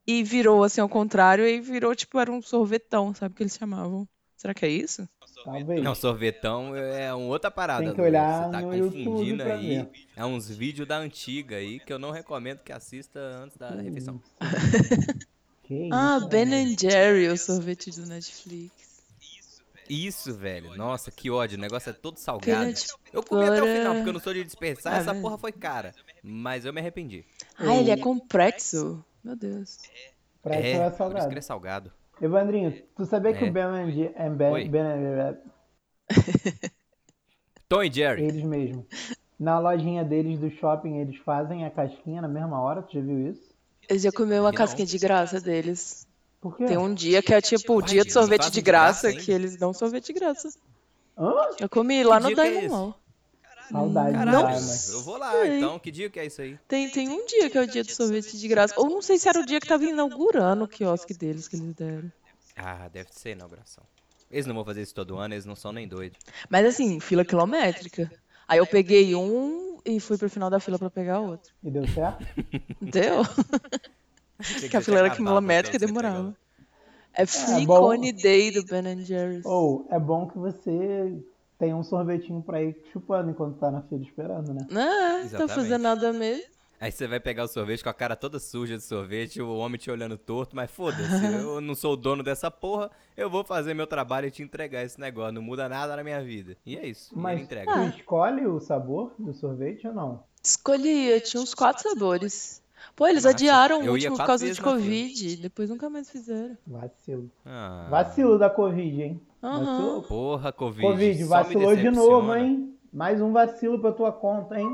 e virou assim ao contrário e virou tipo, era um sorvetão, sabe o que eles chamavam? Será que é isso? Talvez. Não, sorvetão é uma outra parada. Tem que Luiz. olhar Você tá no YouTube confundindo pra aí. ver. É uns vídeos da antiga aí que eu não recomendo que assista antes da refeição. Que Ah, isso, Ben né? and Jerry, o sorvete do Netflix. Isso, velho. Nossa, que ódio. O negócio é todo salgado. Peanut Eu comi até o butter. final, porque eu não sou de dispersar. Ah, Essa velho. porra foi cara. Mas eu me arrependi. Ah, ele é com pretzel. Meu Deus. por Pra isso é isso que salgado. ele é salgado. Evandrinho, tu sabia que É. o Ben and Je- é Oi. ben, ben and- Tom e Jerry. eles mesmo. Na lojinha deles do shopping, eles fazem a casquinha na mesma hora, tu já viu isso? Eu já comi uma Não. casquinha de graça deles. Por quê? Tem um dia que é tipo o Ai, dia do eles sorvete fazem de de graça, graça, hein? que eles dão sorvete de graça. Hã? Eu comi lá Que no dia que é Diamond esse? Mall. Saudade, Caralho, cara, Então, mas- Ah, eu vou lá, sei. então. Que dia que é isso aí? Tem, tem um dia que é o dia do sorvete de graça. Ou não sei se era o dia que tava inaugurando o quiosque deles que eles deram. Ah, deve ser inauguração. Eles não vão fazer isso todo ano, eles não são nem doidos. Mas assim, fila quilométrica. Aí eu peguei um e fui pro final da fila pra pegar outro. E deu certo? Deu? Porque a fila era quilométrica e demorava. É Free bom. Cone Day do Ben Jerry's. Ou é bom que você tem um sorvetinho pra ir chupando enquanto tá na fila esperando, né? Ah, não tô Exatamente. fazendo nada mesmo. Aí você vai pegar o sorvete com a cara toda suja de sorvete, o homem te olhando torto, mas foda-se, eu não sou o dono dessa porra, eu vou fazer meu trabalho e te entregar esse negócio, não muda nada na minha vida. E é isso, e Mas ele entrega. Ah. tu escolhe o sabor do sorvete ou não? Escolhi, eu tinha uns quatro sabores. Pô, eles Massa. adiaram Eu o ia último por quatro causa vezes de na fila. Covid. Depois nunca mais fizeram. Vacilo. Ah, Vacilo da Covid, hein? Aham. Vacilo. Porra, Covid. Covid, só me vacilou de novo, decepciona. hein? Mais um vacilo pra tua conta, hein?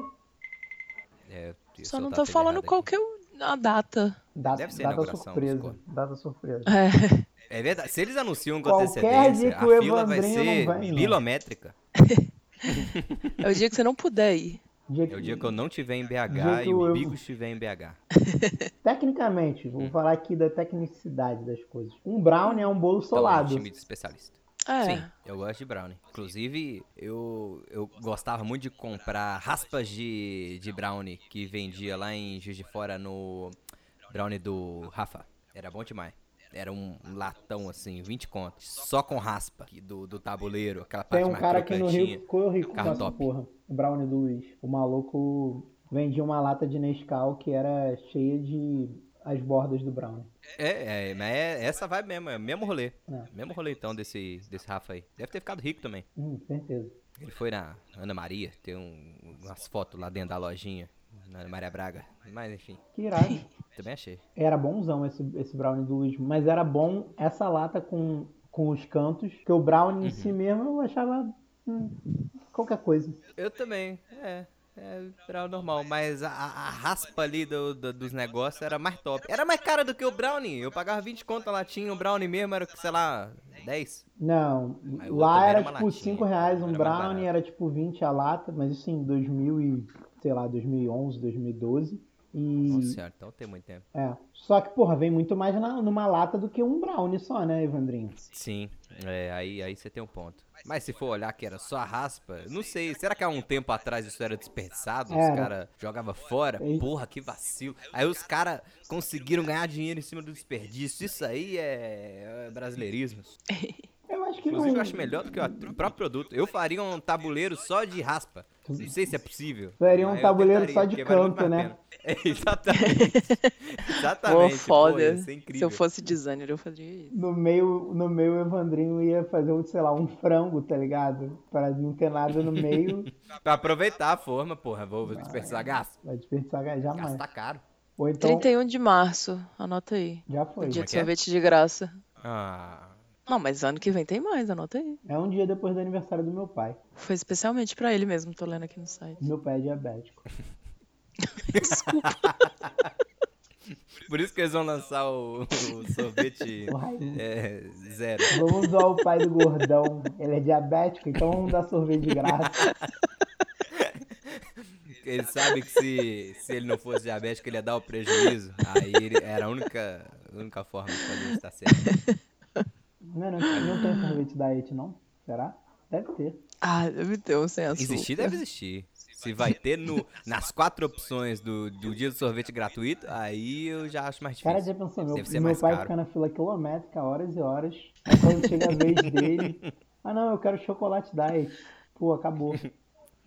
É, eu Só não soltar tô a telha falando errada qual aqui. que é o- a data. Da- Deve ser data inauguração, surpresa. escolhe. Data surpresa. É. É verdade, se eles anunciam com Qualquer antecedência, dia a que o fila vai Evandrinho não né? ser vai, não. bilométrica. É o dia que você não puder ir. Dia É que- o dia que eu não estiver em Dia BH que e eu- o Bigo estiver em BH. Tecnicamente, vou Hum. falar aqui da tecnicidade das coisas. Um brownie é um bolo solado. Então, time de especialista. É. Sim, eu gosto de brownie. Inclusive, eu, eu gostava muito de comprar raspas de, de brownie que vendia lá em Juiz de Fora no brownie do Rafa. Era bom demais. Era um latão assim, 20 contos, só com raspa que do, do tabuleiro, aquela parte Tem um mais cara aqui no Rio que crocantinha. ficou rico com Carro essa top. porra. O Brownie do Luiz. O maluco vendia uma lata de Nescau que era cheia de as bordas do brownie. É, é, mas é essa vibe mesmo, é o mesmo rolê. É. Mesmo rolê então desse, desse Rafa aí. Deve ter ficado rico também. Hum, certeza. Ele foi na Ana Maria, tem um- umas fotos lá dentro da lojinha, na Ana Maria Braga. Mas enfim, Que irado. também achei. Era bonzão esse, esse brownie do Luiz, mas era bom essa lata com, com os cantos, porque o brownie em Uhum. si mesmo eu achava hum, qualquer coisa. Eu também, é. É brownie normal, mas a, a- a raspa ali do- do- dos negócios era mais top. Era mais cara do que o brownie. Eu pagava 20 conto a latinha, o brownie mesmo era, sei lá, 10. Não, Aí o outro lá era era uma tipo latinha, 5 reais um era mais barato. brownie, era tipo 20 a lata, mas isso em 2000 e, sei lá, 2011, 2012. Nossa E, senhora, então tem muito tempo. é, só que, porra, vem muito mais na- numa lata do que um brownie só, né, Evandrinho? Sim, é, aí, aí você tem um ponto. Mas se for olhar que era só a raspa, não sei. Será que há um tempo atrás isso era desperdiçado? Os Era. caras jogavam fora? Ei. Porra, que vacilo. Aí os caras conseguiram ganhar dinheiro em cima do desperdício. Isso aí é, é brasileirismo. Eu acho que não. Inclusive, eu acho melhor do que o at- o próprio produto. Eu faria um tabuleiro só de raspa. Não sei se é possível. Faria um Mas eu tabuleiro tentaria, só de porque vale muito canto, mais a né? pena. É, Exatamente. Pô, Exatamente. foda. Pô, isso é Se eu incrível. fosse designer, eu faria isso. No meio, no meio, o Evandrinho ia fazer, um, sei lá, um frango, tá ligado? Pra não ter nada no meio, Pra aproveitar a forma, porra, vou vou desperdiçar gasto. vai desperdiçar jamais. Gastar caro. Ou então, 31 de março, anota aí. já foi. Dia é de que é? sorvete de graça. Ah. Não, mas ano que vem tem mais, anota aí. É um dia depois do aniversário do meu pai. Foi especialmente pra ele mesmo, tô lendo aqui no site. Meu pai é diabético. Desculpa. Por isso que eles vão lançar o, o sorvete O Raimundo. é, zero. Vamos zoar o pai do gordão. Ele é diabético, então vamos dar sorvete de graça. Ele sabe que se, se ele não fosse diabético, ele ia dar o prejuízo. Aí ele- era a única, a única forma de fazer isso dar certo. Não, não, não tem sorvete diet, não? Será? Deve ter. Ah, deve ter um sem açúcar. Existir deve existir. Se vai ter no, nas quatro opções do, do dia do sorvete gratuito, aí eu já acho mais Cara, difícil. já pensou, meu, Deve ser meu mais pai caro. fica na fila quilométrica horas e horas. Aí quando chega a vez dele, ah não, eu quero chocolate diet. Pô, acabou.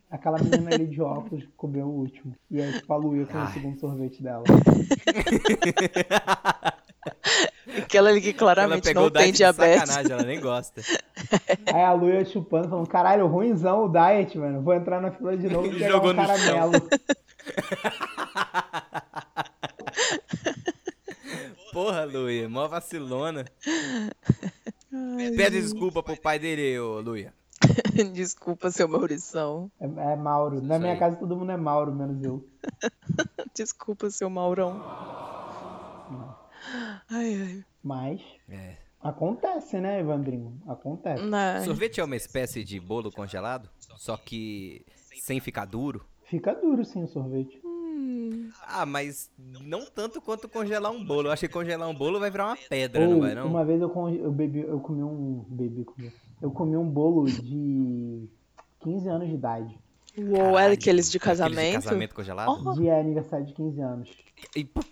Aquela menina ali de óculos comeu o último. E aí tipo, faluiu com o Ai. segundo sorvete dela. Aquela ali que Ela claramente pegou o não tem diet de diabetes. sacanagem, ela nem gosta. Aí a Luia chupando, falando, caralho, ruimzão o diet, mano. Vou entrar na fila de novo e Ele pegar jogou um no chão. caramelo. Porra, Luia, mó vacilona. Pede desculpa pro pai dele, ô Luia. Desculpa, seu Maurição. É, é Mauro. Na Isso minha aí. casa todo mundo é Mauro, menos eu. Desculpa, seu Maurão. Ai, Mas É. acontece, né, Evandrinho? ai. Acontece. Não. Sorvete é uma espécie de bolo congelado, só que sem ficar duro. Fica duro sim o sorvete. Ah, mas não tanto quanto congelar um bolo. Eu acho que congelar um bolo vai virar uma pedra, Ou, não vai não? Uma vez eu, con- eu bebi, eu comi um. Bebi, comi. Eu comi um bolo de 15 anos de idade. Uou, é aqueles de Aqueles casamento? de casamento congelado? Oh. De aniversário de 15 anos. E por-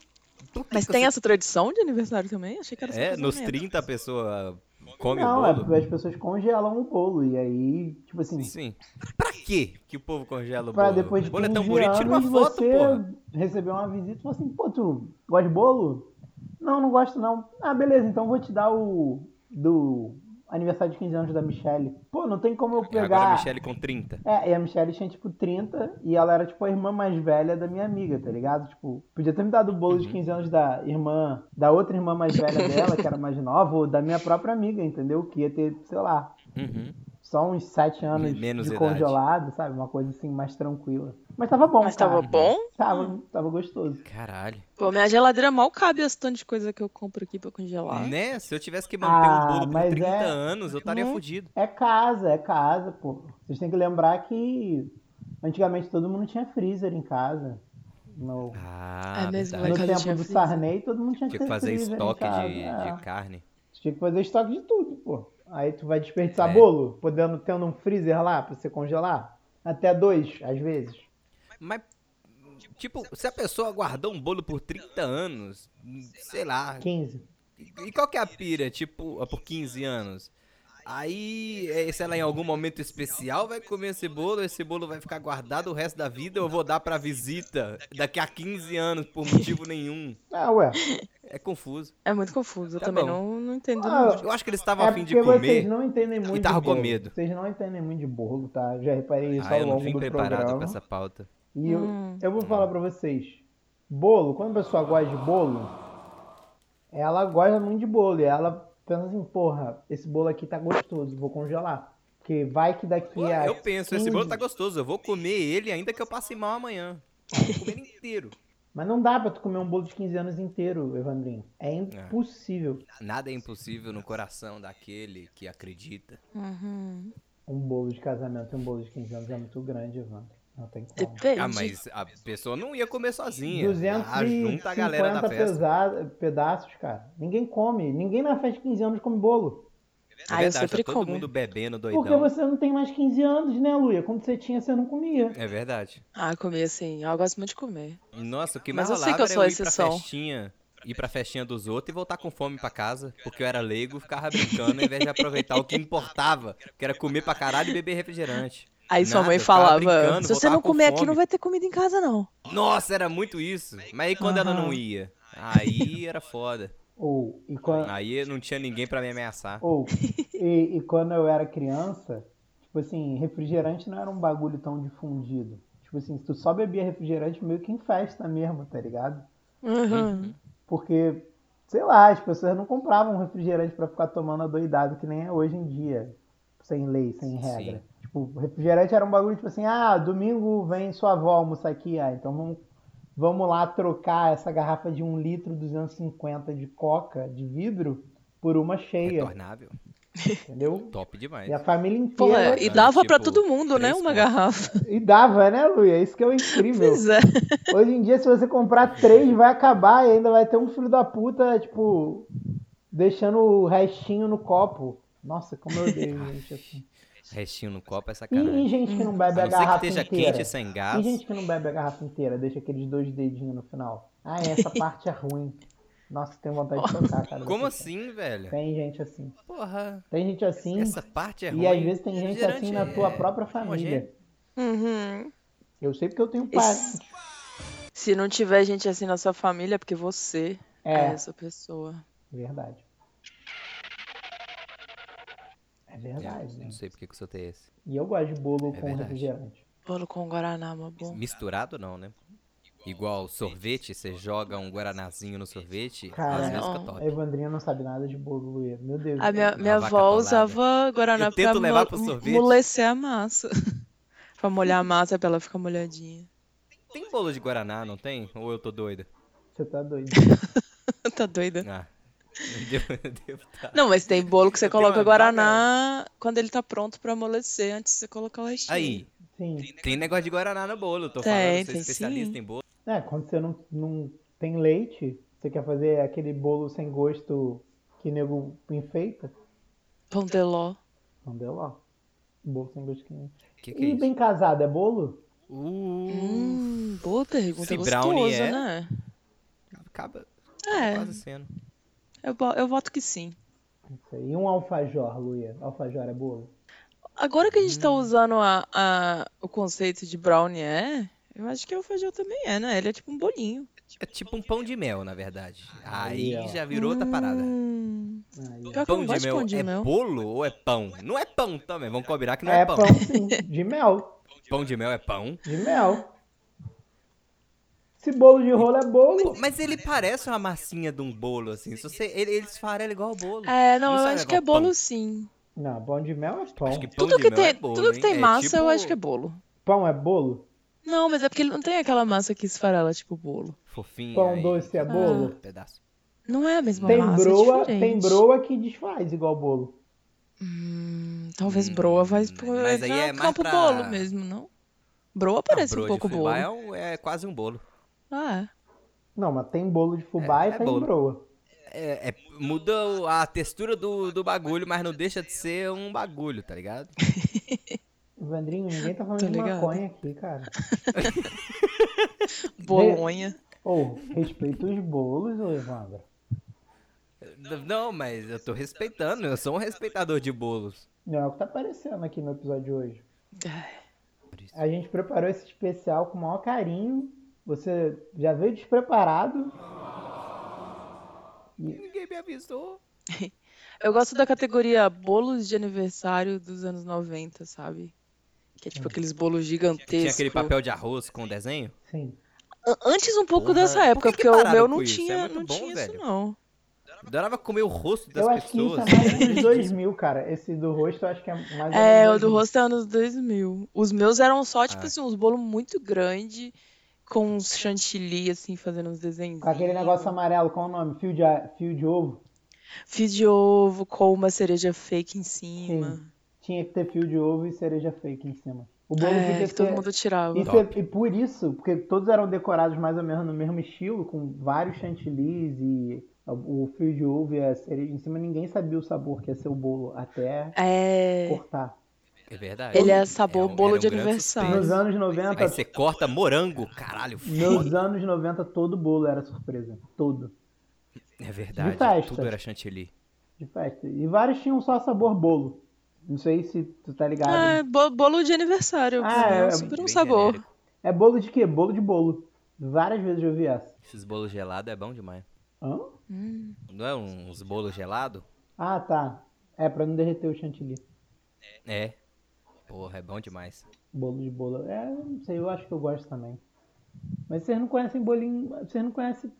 por que Mas que tem você- essa tradição de aniversário também? Achei que era só É, nos casamento. 30 a pessoa come Não, o é bolo? porque as pessoas congelam o bolo. E aí, tipo assim, Sim. Pra quê que o povo congela o pra bolo? depois de o bolo 15 é tão bonito, tira uma anos foto, você porra. receber uma visita e falar assim, pô, tu gosta de bolo? Não, não gosto não. Ah, beleza, então vou te dar o do aniversário de 15 anos da Michelle. Pô, não tem como eu E agora a pegar... Michelle com 30. É, e a Michelle tinha, tipo, 30 e ela era, tipo, a irmã mais velha da minha amiga, tá ligado? Tipo, podia ter me dado o bolo Uhum. de 15 anos da irmã, da outra irmã mais velha dela, que era mais nova, ou da minha própria amiga, entendeu? Que ia ter, sei lá, Uhum. só uns 7 anos Menos de idade. congelado, sabe? Uma coisa assim, mais tranquila. Mas tava bom, Mas tava Ah. cara. bom? Tava, tava gostoso. Caralho. Pô, minha geladeira mal cabe esse tanto de coisa que eu compro aqui pra congelar. Né? Se eu tivesse que manter Ah, um bolo por mas 30 é- anos, eu estaria Né? fudido. É casa, é casa, pô. Vocês têm que lembrar que antigamente todo mundo tinha freezer em casa. No, Ah, É mesmo, verdade. no casa tempo tinha do freezer. Sarney, todo mundo tinha que Tinha que ter fazer freezer em estoque casa, de, é. de carne. Você tinha que fazer estoque de tudo, pô. Aí tu vai desperdiçar É. bolo, podendo tendo um freezer lá pra você congelar. Até dois, às vezes. Mas, tipo, se a pessoa guardou um bolo por 30 anos, sei lá, 15. e qual que é a pira, tipo, ah, por 15 anos? Aí, é, sei lá, em algum momento especial vai comer esse bolo, esse bolo vai ficar guardado o resto da vida, eu vou dar pra visita daqui a 15 anos por motivo nenhum. Ah, ué. É confuso. É muito confuso, eu Tá também bom. não, não entendo. Ah, não. Eu acho que eles é estavam afim de porque vocês comer. não entendem muito tava de com bolo. medo. Vocês não entendem muito de bolo, tá? Já reparei isso Ah, ao eu não longo vim do preparado programa. pra essa pauta. E eu, Hum. eu vou falar pra vocês. Bolo, quando a pessoa gosta de bolo, ela gosta muito de bolo. E ela pensa assim, porra, esse bolo aqui tá gostoso, vou congelar. Porque vai que daqui a Eu penso, esse 15 bolo tá gostoso, eu vou comer ele ainda que eu passe mal amanhã. Vou comer ele inteiro. Mas não dá pra tu comer um bolo de 15 anos inteiro, Evandrinho. É impossível Nada é impossível no coração daquele que acredita. Uhum. um bolo de casamento e um bolo de 15 anos. É muito grande, Evandro. Não tem como. Depende. Ah, mas a pessoa não ia comer sozinha. Ah, junta a galera na 250 festa. É pesa- pedaços, cara. Ninguém come. Ninguém na festa de 15 anos come bolo. É Ah, eu verdade, sempre tá todo como. mundo bebendo Porque doidão. você não tem mais 15 anos, né, Luia? Quando você tinha, você não comia. É verdade. Ah, comer assim. Eu gosto muito de comer. Nossa, o que mais Mas eu sei rolava que eu sou era eu ir pra exceção. festinha, ir pra festinha dos outros e voltar com fome pra casa, porque eu era leigo, ficava brincando ao invés de aproveitar o que importava, que era comer pra caralho e beber refrigerante. Aí sua Nada, mãe eu ficava falava: se brincando, você voltava não com comer aqui, fome. não vai ter comida em casa, não. Nossa, era muito isso. Mas aí quando ela não Aham. ia, aí era foda. Ou, e quando, Aí não tinha ninguém pra me ameaçar. ou e, e quando eu era criança, tipo assim, refrigerante não era um bagulho tão difundido. Tipo assim, tu só bebia refrigerante meio que em festa mesmo, tá ligado? Uhum. Porque, sei lá, as pessoas não compravam refrigerante pra ficar tomando adoidado, que nem é hoje em dia. Sem lei, sem regra. Sim. Tipo, refrigerante era um bagulho tipo assim, ah, domingo vem sua avó almoçar aqui, ah, então vamos, vamos lá trocar essa garrafa de 1 litro 250 de coca de vidro por uma cheia, Retornável. entendeu? Top demais. E a família Pô, inteira. e é Era, dava pra tipo, todo mundo, né? três Uma contos. garrafa. E dava, né, Luia? Isso que é o incrível. Pois é. Hoje em dia, se você comprar três, vai acabar e ainda vai ter um filho da puta, tipo, deixando o restinho no copo. Nossa, como eu odeio gente assim. Restinho no copo é E, e sacanagem. gente que não A bebe a, não ser que garrafa esteja inteira. quente e sem E gás. gente que não bebe a garrafa inteira, deixa aqueles dois dedinhos no final. Ah, essa parte é ruim. Nossa, tenho vontade de tocar, cara. Como assim, velho? Tem gente assim. Porra. Tem gente assim. Essa parte é ruim. e às vezes tem gente Refrigerante assim na é- tua própria homogêneo. família. Uhum. Eu sei porque eu tenho Esse- parente. Se não tiver gente assim na sua família, é porque você é, É, essa pessoa. verdade. É verdade, É, né? não sei porque que o seu tem esse. E eu gosto de bolo É com verdade. refrigerante. Bolo com Guaraná, uma bom. Misturado não, né? Igual sorvete, você joga um guaranazinho no sorvete, Cara, às vezes não. fica A top. Evandrinha não sabe nada de bolo, Luia. Meu Deus. A minha, minha vaca avó atolada. usava Guaraná Eu tento pra levar mo- pro sorvete. amolecer a massa. pra molhar a massa pra ela ficar molhadinha. Tem bolo de guaraná, não tem? Ou eu tô doida? Você tá doido. tá doida? Ah. Devo, devo tá. Não, mas tem bolo que você Eu tenho coloca uma Guaraná quando ele tá pronto pra amolecer, antes de você colocar o recheio. Aí, Sim. tem negócio de guaraná no bolo, eu tô Tem, falando, sou tem especialista sim. em bolo. É, quando você não, não tem leite, você quer fazer aquele bolo sem gosto que nego enfeita, Pão de ló. não deu lá. Bolo sem gosto que nem. Que que é E isso? bem casado, é bolo? Uh, Hum, boa pergunta. Se É brownie gostoso, é- né? acaba É, quase sendo. eu, bo- eu voto que sim. Não sei. E um alfajor, Luia? Alfajor é bolo? Agora que a gente tá Hum. usando a, a- o conceito de brownie é, eu acho que o feijão também é, né? Ele é tipo um bolinho. É tipo um pão de mel, na verdade. Aí, Aí ó. já virou outra parada. Hum, Aí, ó. pior que eu não gosto de pão de é mel. bolo ou é pão? Não é pão também, vamos combinar que não é, É pão. pão, sim. De mel. Pão de mel é pão. De mel. Se bolo de rolo é bolo. Mas ele parece uma massinha de um bolo, assim. Se você, ele, ele esfarela igual bolo. É, não, Não eu sabe acho igual que é bolo pão. sim. Não, pão de mel é pão. Acho que pão Tudo de que, mel tem, é bolo, tudo que hein? tem É massa, eu tipo- acho que é bolo. Pão é bolo? Não, mas é porque ele não tem aquela massa que esfarela, tipo bolo. Fofinho. Pão aí, doce é bolo? um pedaço. Não é a mesma Tem massa, é broa, diferente. tem broa que desfaz igual bolo. Hum, talvez Hum, broa vai pro, mas aí não, é ficar mais pro pra- bolo mesmo, não? Broa parece broa um de pouco fubá bolo. É, um- é quase um bolo. Ah, Não, mas tem bolo de fubá É, e é tem bolo. broa. É, é- muda o- a textura do, do bagulho, mas não deixa de ser um bagulho, tá ligado? Vandrinho, ninguém tá falando Tô de ligada. maconha aqui, cara. bolonha. Ou, respeita os bolos, ô Evandro. Não, mas eu tô respeitando, eu sou um respeitador de bolos. Não é o que tá aparecendo aqui no episódio de hoje. Ai, A gente preparou esse especial com o maior carinho. Você já veio despreparado. Ninguém me avisou. Eu gosto da categoria bolos de aniversário dos anos 90, sabe? Que é tipo aqueles bolos gigantescos. Hum. Tinha aquele papel de arroz com desenho? Sim. A- Antes um pouco Porra, dessa época, por que que porque o pararam meu com não isso? É tinha, muito não bom, tinha velho. isso não. Adorava comer o rosto das eu acho que isso pessoas. é mais dos 2000, cara. Esse do rosto eu acho que é mais. É, ou o menos do 2000. rosto é anos 2000. Os meus eram só, tipo Ah. assim, uns bolos muito grandes, com uns chantilly, assim, fazendo uns desenhos. Com aquele negócio amarelo, qual é o nome? Fio de, a- fio de ovo? Fio de ovo com uma cereja fake em cima. Tinha que ter fio de ovo e cereja fake em cima. O bolo É, podia que todo ser- mundo tirava. Isso é- e por isso, porque todos eram decorados mais ou menos no mesmo estilo, com vários chantilis e o o fio de ovo e a cereja em cima, ninguém sabia o sabor que ia ser o bolo até É. cortar. É verdade. Ele é sabor um- bolo era de grande aniversário. Nos suspense. anos Aí 90, você corta morango, caralho, nos foda. anos 90 todo bolo era surpresa, todo, É De verdade, festa. tudo era chantilly. de festa. E vários tinham só sabor bolo. Não sei se tu tá ligado. Ah, bo- bolo de aniversário. Ah, é, é, super um bem sabor. genérico. É bolo de quê? Bolo de bolo. Várias vezes eu ouvi essa. Esses bolos gelados é bom demais. Hã? Hum. Não é uns bolos gelados? Ah, tá. É pra não derreter o chantilly. É. Porra, é bom demais. Bolo de bolo. É, não sei, eu acho que eu gosto também. Mas vocês não conhecem bolinho. Vocês não conhecem.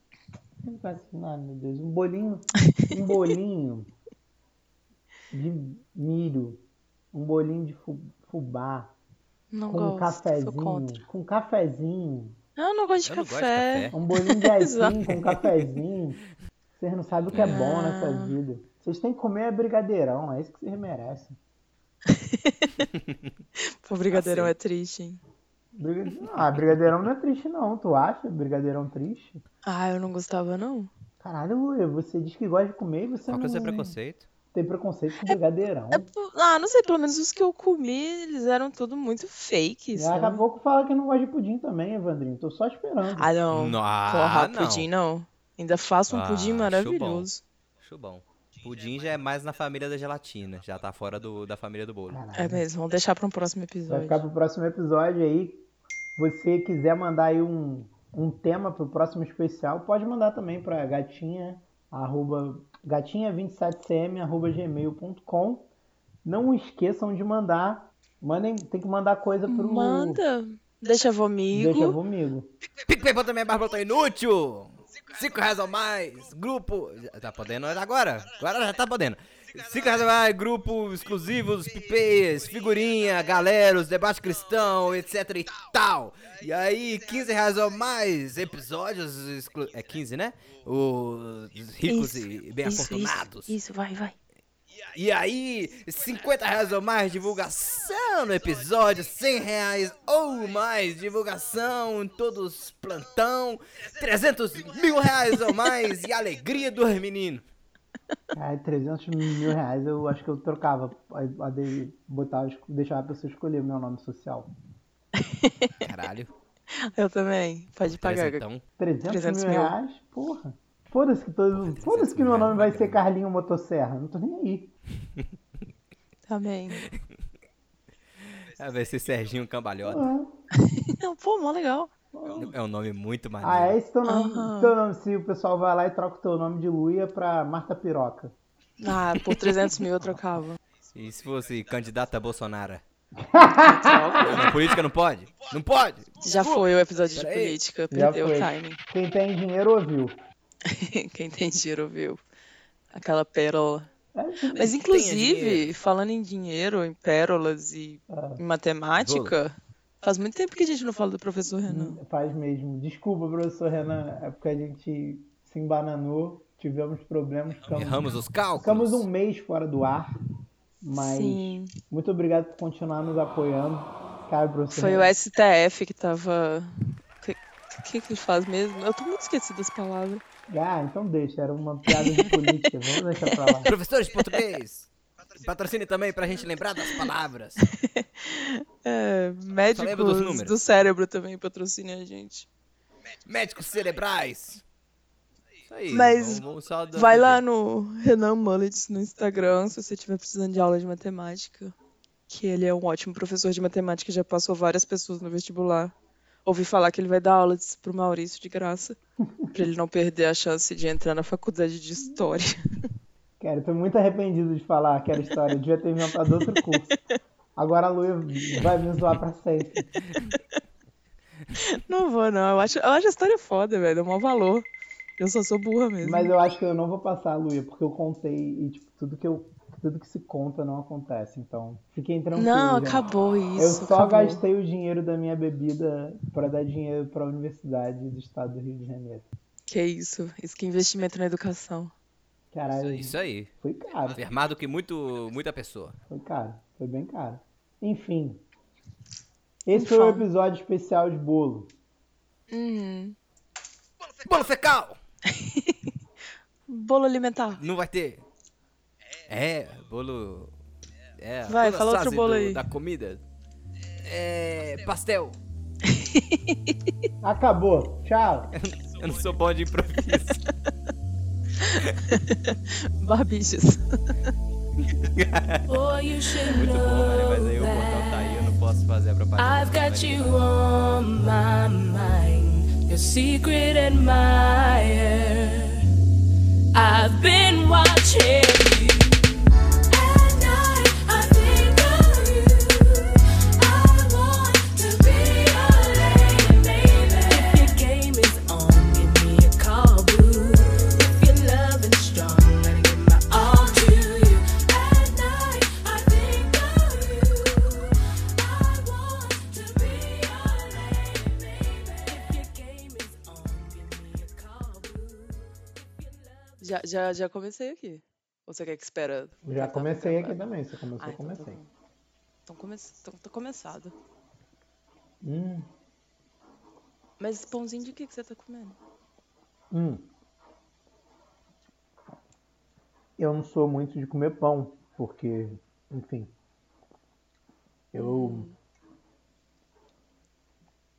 Vocês não conhecem. Ah, meu Deus. Um bolinho. Um bolinho de milho. Um bolinho de fu- fubá. Não Com um gosto. Sou contra. cafezinho. Com um cafezinho. Ah, eu não gosto de Eu não gosto de café. café. Um bolinho de aipim Exato. Ah. com um cafezinho. Vocês não sabem o que é bom nessa vida. Vocês têm que comer brigadeirão, é isso que vocês merecem. Pô, brigadeirão Aceito. é triste, hein? Briga- Ah, brigadeirão não é triste não, tu acha? Brigadeirão triste? Ah, eu não gostava, não. Caralho, Luia, você diz que gosta de comer e você Qual que é o seu não preconceito? tem preconceito com brigadeirão. É por- Ah, não sei, pelo menos os que eu comi, eles eram tudo muito fake, E sabe? daqui a pouco fala que não gosta de pudim também, Evandrinho. Tô só esperando. né? Ah, não. Não, Porra, ah, não. pudim não. Ainda faço um Ah, pudim acho maravilhoso. Acho bom. Pudim já é mais na família da gelatina, já tá fora do, da família do bolo. Caralho. É mesmo, vamos deixar pra um próximo Vai episódio. ficar pro próximo episódio aí. Você quiser mandar aí um, um tema pro próximo especial, pode mandar também pra gatinha, arroba, gatinha27cm, arroba gmail.com. Não esqueçam de mandar. Mandem, tem que mandar coisa pro... Manda, deixa comigo. Deixa comigo. PicPay bota minha é barba, eu tô inútil! 5 reais ou mais, grupo. Já Tá podendo agora? Agora já tá podendo. 5 reais ou mais, grupo exclusivos, PicPayers, figurinha, galeros, debate cristão, etc e tal. E aí, 15 reais ou mais, episódios exclu... É 15, né? Os ricos e bem-afortunados. Isso, isso, vai, vai. E aí, 50 reais ou mais divulgação no episódio, 100 reais ou mais divulgação em todos os plantão, 300 mil reais ou mais e alegria dos meninos. Ah, 300 mil reais eu acho que eu trocava. A, a de, botar, deixar a pessoa escolher o meu nome social. Caralho, Eu também, pode pagar. então. 300, 300 mil mil. reais? Porra. Foda-se que, todo, 300 foda que mil meu reais nome vai é ser grande. Carlinho Motosserra. Não tô nem aí. então. Também. Ah, vai ser Serginho Cambalhota. Ah, Não, pô, mó legal. É um nome muito maneiro. Ah, é esse teu nome, Aham. teu nome. Se o pessoal vai lá e troca o teu nome de Luia pra Marta Piroca. Ah, por 300 mil eu trocava. é? E se fosse candidata a Bolsonaro? Na política não pode? Não pode? Já foi o episódio de Peraí. política, Já perdeu o foi. timing. Quem tem dinheiro ouviu. Quem tem dinheiro viu. Aquela pérola. É, Mas inclusive, dinheiro. falando em dinheiro, em pérolas e Ah. em matemática, faz muito tempo que a gente não fala do professor Renan. Faz mesmo. Desculpa, professor Renan. É porque a gente se embananou, tivemos problemas. Ficamos, Erramos os cálculos? ficamos um mês fora do ar. Mas Sim, muito obrigado por continuar nos apoiando. Cara, professor foi Renan. o STF que tava. O que, que que ele faz mesmo? Eu tô muito esquecida das palavras. Ah, então deixa. Era uma piada de política. Vamos deixar pra lá. Professores de português, patrocine também pra gente lembrar das palavras. É, lembro dos médicos números. do cérebro também patrocinem a gente. Médicos cerebrais. Isso aí. Mas vamos- vamos só dar- Vai lá no Renan Mullets no Instagram se você estiver precisando de aula de matemática. Que ele é um ótimo professor de matemática, já passou várias pessoas no vestibular. Ouvi falar que ele vai dar aula disso pro Maurício de graça, pra ele não perder a chance de entrar na faculdade de história. Cara, eu tô muito arrependido de falar aquela história. Eu devia ter inventado outro curso. Agora a Luia vai me zoar pra sempre. Não vou, não. Eu acho, eu acho a história foda, velho. É o maior valor. Eu só sou burra mesmo. Mas eu acho que eu não vou passar a Luia, porque eu contei e, tipo, tudo que eu. Tudo que se conta não acontece. Então, fiquem tranquilos. Não, gente. acabou Eu isso. só acabou. gastei o dinheiro da minha bebida pra dar dinheiro pra Universidade do Estado do Rio de Janeiro. Que isso. Isso que é investimento na educação. né? Caralho, Isso é aí. foi caro, Afirmado que muito, muita pessoa. foi caro, foi bem caro. Enfim, Enfim. esse foi o episódio especial de bolo. Uhum. Bolo fecal! Bolo alimentar. Não vai ter. É, bolo. É, Vai, toda fala outro sase bolo do- aí. Da comida. É. Pastel. Acabou, tchau. Eu não sou bom de improviso. Barbichas. Boy, you should Muito bom, né? Mas aí o know botão tá aí, eu não posso fazer a propaganda. I've got you on my mind, your secret admirer. I've been watching you. At night, I think of you. I want to be your lady, baby. If your game is on, give me a call, boo. If your love is strong, let me give my all to you. At night, I think of you. I want to be your lady, baby. If your game is on, give me a call, boo. If your love Já, já, já comecei aqui. Ou você quer que é espera? Já pra- comecei pra- aqui né? também, você começou, Ah, eu então tá comecei. bom. Então, come... então tá começado. Hum, Mas esse pãozinho de que que você tá comendo? hum. Eu não sou muito de comer pão, porque, enfim, eu Hum.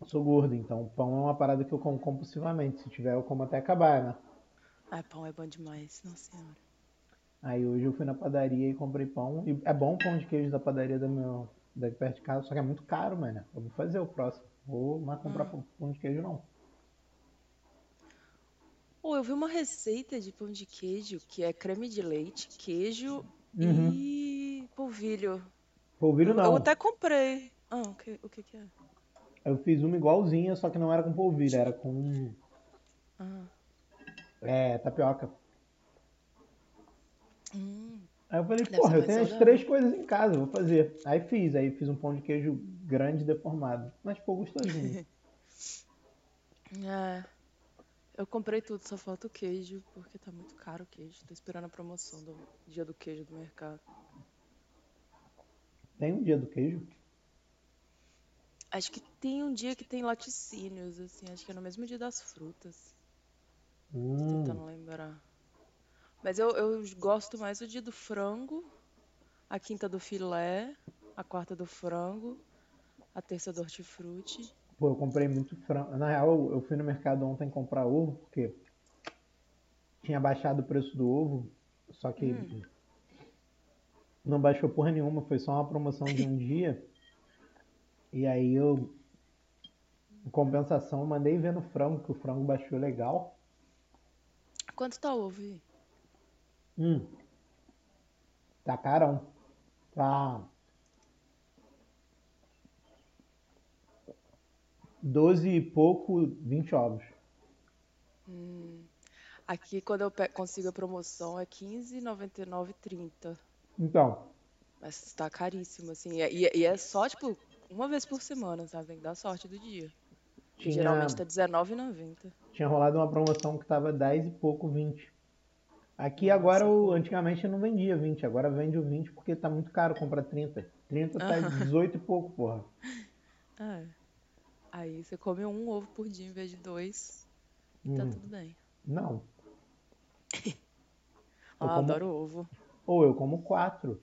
sou gordo, então pão é uma parada que eu como compulsivamente. Se tiver, eu como até acabar, né? Ah, pão é bom demais, nossa senhora. Aí hoje eu fui na padaria e comprei pão. E é bom o pão de queijo da padaria da meu, daqui perto de casa, só que é muito caro, mano. Eu vou fazer o próximo. Vou mais comprar Hum. pão, pão de queijo, não. Ou eu vi uma receita de pão de queijo que é creme de leite, queijo Uhum. e polvilho. Polvilho não. Eu até comprei. Ah, o que, o que que é? Eu fiz uma igualzinha, só que não era com polvilho, era com Ah. é, tapioca. Hum. Aí eu falei, Deve porra, ser eu mais tenho as saudável. três coisas em casa, vou fazer. Aí fiz, aí fiz um pão de queijo grande deformado. Mas ficou gostosinho. É. Eu comprei tudo, só falta o queijo, porque tá muito caro o queijo. Tô esperando a promoção do dia do queijo do mercado. Tem um dia do queijo? Acho que tem um dia que tem laticínios, assim, acho que é no mesmo dia das frutas, tô Hum, tentando lembrar. Mas eu, eu gosto mais do dia do frango, a quinta do filé, a quarta do frango, a terça do hortifruti. pô, eu comprei muito frango. Na real, eu- eu fui no mercado ontem comprar ovo, porque tinha baixado o preço do ovo, só que não baixou porra nenhuma, foi só uma promoção de um dia. E aí eu, em compensação, mandei ver no frango, que o frango baixou legal. Quanto tá o ovo aí? Hum. Tá carão. Tá. 12 e pouco, 20 ovos. Aqui, quando eu pe- consigo a promoção, é R$15,99,30. Então, Mas tá caríssimo, assim. E, e- e é só, tipo, uma vez por semana, sabe? Tem que dar sorte do dia. Porque tinha, geralmente tá R$19,90. tinha rolado uma promoção que tava 10 e pouco, 20. Aqui agora, o, antigamente eu não vendia 20, agora vende o 20 porque tá muito caro comprar 30. 30 tá 18 e pouco, Tá porra. É. Aí você come um ovo por dia em vez de dois, tá Hum, tudo bem. não. Eu Ah, como- adoro ovo. Ou eu como 4.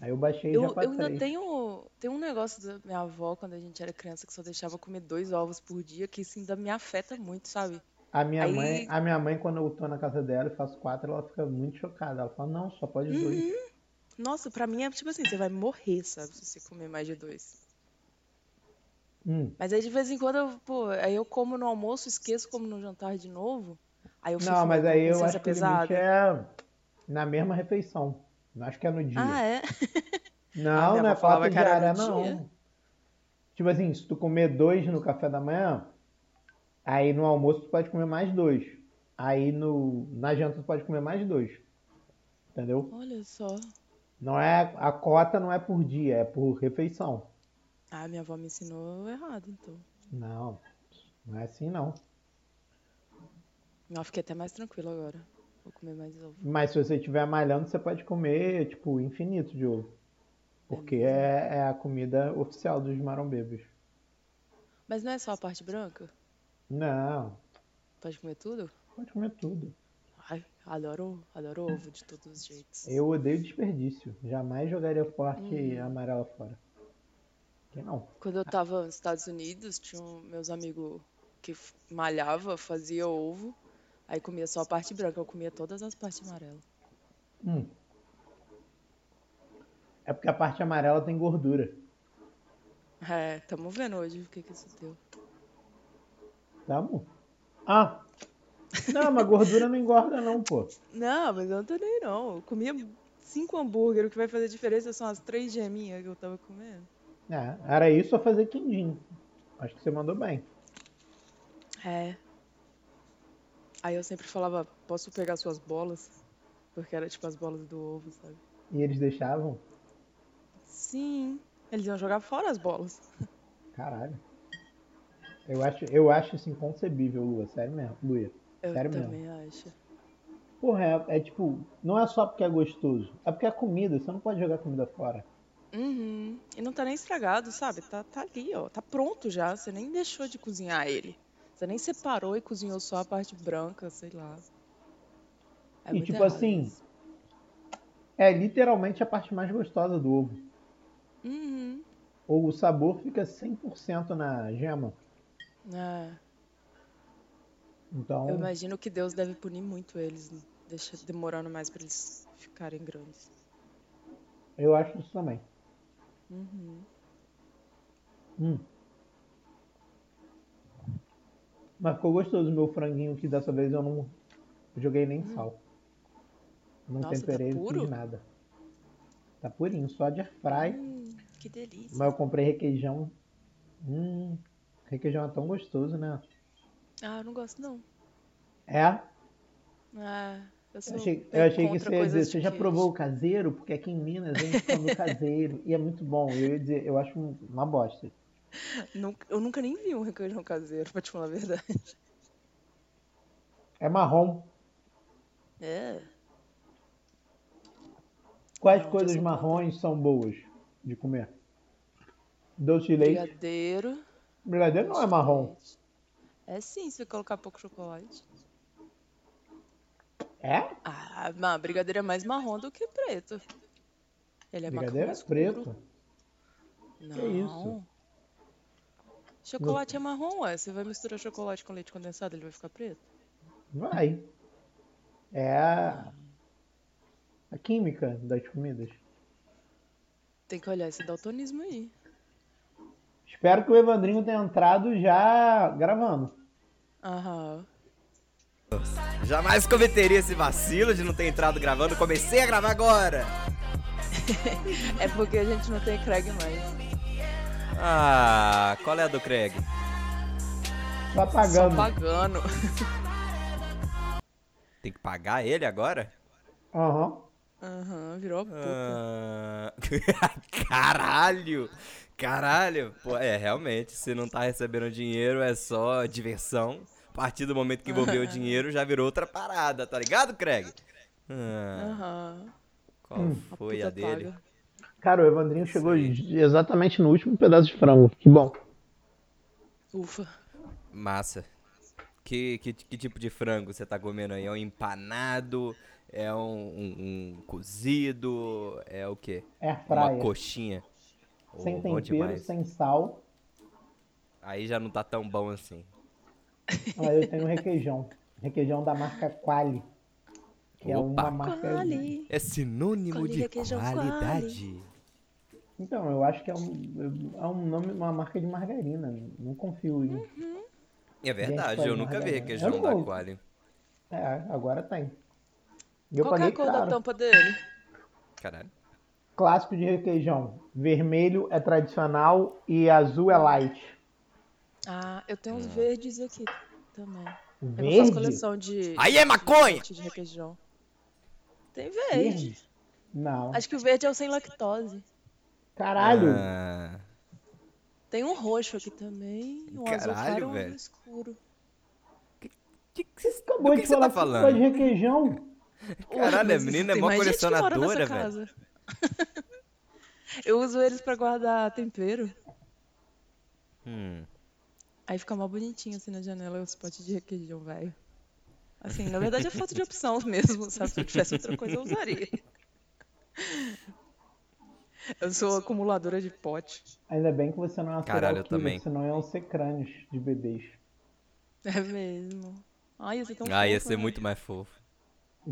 Aí eu baixei e Eu, já eu pra ainda três. tenho, tem um negócio da minha avó, quando a gente era criança, que só deixava eu comer dois ovos por dia, que isso ainda me afeta muito, sabe? A minha, Aí- mãe, a minha mãe, quando eu tô na casa dela e faço quatro, ela fica muito chocada. Ela fala, não, só pode dois. Nossa, pra mim é tipo assim, você vai morrer, sabe, se você comer mais de dois. Hum. Mas aí de vez em quando eu, pô, aí eu como no almoço, esqueço como no jantar de novo. Aí eu fico Não, mas com a aí eu consciência acho que o limite pesada. é na mesma refeição. Não acho que é no dia. Ah, é? Ah, Não, minha não é avó falava papo de que era no diaré, dia. não. Tipo assim, se tu comer dois no café da manhã, aí no almoço tu pode comer mais dois. Aí no, na janta tu pode comer mais dois. Entendeu? Olha só. Não é, a cota não é por dia, é por refeição. Ah, minha avó me ensinou errado, então. Não, não é assim não. Eu fiquei até mais tranquila agora. Vou comer mais ovo. Mas se você estiver malhando, você pode comer, tipo, infinito de ovo. Porque é, é a comida oficial dos marombebos. Mas não é só a parte branca? Não, Pode comer tudo? pode comer tudo. Ai, adoro, adoro ovo de todos os jeitos. Eu odeio desperdício. Jamais jogaria forte amarela fora. Que não. Quando eu tava nos Estados Unidos, tinha um- meus amigos que f- malhava, fazia ovo, aí comia só a parte branca, eu comia todas as partes amarelas. Hum. É porque a parte amarela tem gordura. É, tamo vendo hoje o que que isso deu. Tá bom? Ah! Não, mas gordura não engorda não, pô. Não, mas eu não tô nem não. Eu comia cinco hambúrguer, o que vai fazer diferença são as três geminhas que eu tava comendo. É, era isso ou fazer quindim. Acho que você mandou bem. É. Aí eu sempre falava, posso pegar suas bolas? Porque era tipo as bolas do ovo, sabe? E eles deixavam? Sim. Eles iam jogar fora as bolas. Caralho. Eu acho, eu acho isso inconcebível, Lua. Sério mesmo, Luia. Eu Sério mesmo? também acho. Porra, é, é tipo, não é só porque é gostoso, é porque é comida, você não pode jogar comida fora. Uhum. E não tá nem estragado, sabe? Tá, tá ali, ó. Tá pronto já. Você nem deixou de cozinhar ele. Você nem separou e cozinhou só a parte branca, sei lá. É E muito tipo errado assim, isso. É literalmente a parte mais gostosa do ovo. Uhum. Ou o sabor fica 100% na gema. É, Então, eu imagino que Deus deve punir muito eles, né? deixa demorando mais pra eles ficarem grandes. eu acho isso também. Uhum. Hum. Mas ficou gostoso o meu franguinho que dessa vez eu não joguei nem sal. Não Hum. Nossa, tá temperei, não puro? fiz nada. Tá purinho, só de fry. Hum, que delícia. Mas eu comprei requeijão. Hum, requeijão é tão gostoso, né? Ah, eu não gosto não. É? Ah, eu sou Eu achei, bem eu achei que contra você ia dizer, coisas de você já queijo. provou o caseiro? Porque aqui em Minas a gente come o caseiro e é muito bom. E eu ia dizer, eu acho um- uma bosta. Nunca- eu nunca nem vi um requeijão caseiro, pra te falar a verdade. É marrom. É. Quais Não, coisas dessa planta. marrons são boas de comer? Doce de leite. Brigadeiro. Brigadeiro não é marrom. É sim, se colocar pouco chocolate. É? Ah, mas brigadeiro é mais marrom do que preto. Ele é Brigadeiro marrom é escuro. preto. Não. isso? Chocolate é marrom, ué. Você vai misturar chocolate com leite condensado, ele vai ficar preto? Vai. É a... a química das comidas. Tem que olhar esse daltonismo aí. Espero que o Evandrinho tenha entrado já gravando. Aham. Jamais cometeria esse vacilo de não ter entrado gravando. Comecei a gravar agora. É porque a gente não tem Craig mais. Ah, qual é a do Craig? Só Só apagando. pagando. Tem que pagar ele agora? Aham. Aham, virou puta. Ah, caralho! Caralho! Pô, é, realmente, se não tá recebendo dinheiro, é só diversão. A partir do momento que envolveu o dinheiro, já virou outra parada, tá ligado, Craig? Ah, Aham. qual Hum. foi puta a dele? paga. Cara, o Evandrinho chegou exatamente no último pedaço de frango. Que bom. Ufa. Massa. Que, que, que tipo de frango você tá comendo aí? É um empanado? É um, um- um cozido? É o quê? É Uma praia. coxinha. Sem Oh, bom tempero, demais. sem sal. Aí já não tá tão bom assim. Ah, eu tenho requeijão. Requeijão da marca Quali. Que é Opa. uma marca. Quali. É sinônimo Quando de liga queijão, qualidade. Então, eu acho que é, um, é um nome, uma marca de margarina. Não confio em. É verdade, Gente, eu nunca vi margarina. requeijão Eu da não- Qualy. É, agora tem. E eu Qual que é paguei a cor da caro. tampa dele? Caralho. Clássico de requeijão. Vermelho é tradicional e azul é light. Ah, eu tenho uns verdes aqui também. Eu não faço Verde? coleção de, Aí é maconha! de requeijão. Tem verde. Não. Acho que o verde é o sem lactose. Caralho. Ah, Tem um roxo aqui também, um azul Caralho, claro, um velho. azul escuro. que que cês- Acabou do de que você falar tá que gosta de falando? requeijão. Caralho, Ué, a mas menina é tem mó mais gente que mora nessa colecionadora, velho. casa. Eu uso eles pra guardar tempero. Hum. Aí fica mó bonitinho assim na janela os potes de requeijão, velho. Assim, na verdade é falta de opção mesmo, sabe? Se eu tivesse outra coisa, eu usaria. Eu sou acumuladora de pote. Ainda bem que você não é uma serial Caralho, eu killer, também. senão iam ser crânios de bebês. É mesmo. Ai, ia ser tão Ah, ia fofo, ser né? muito mais fofo.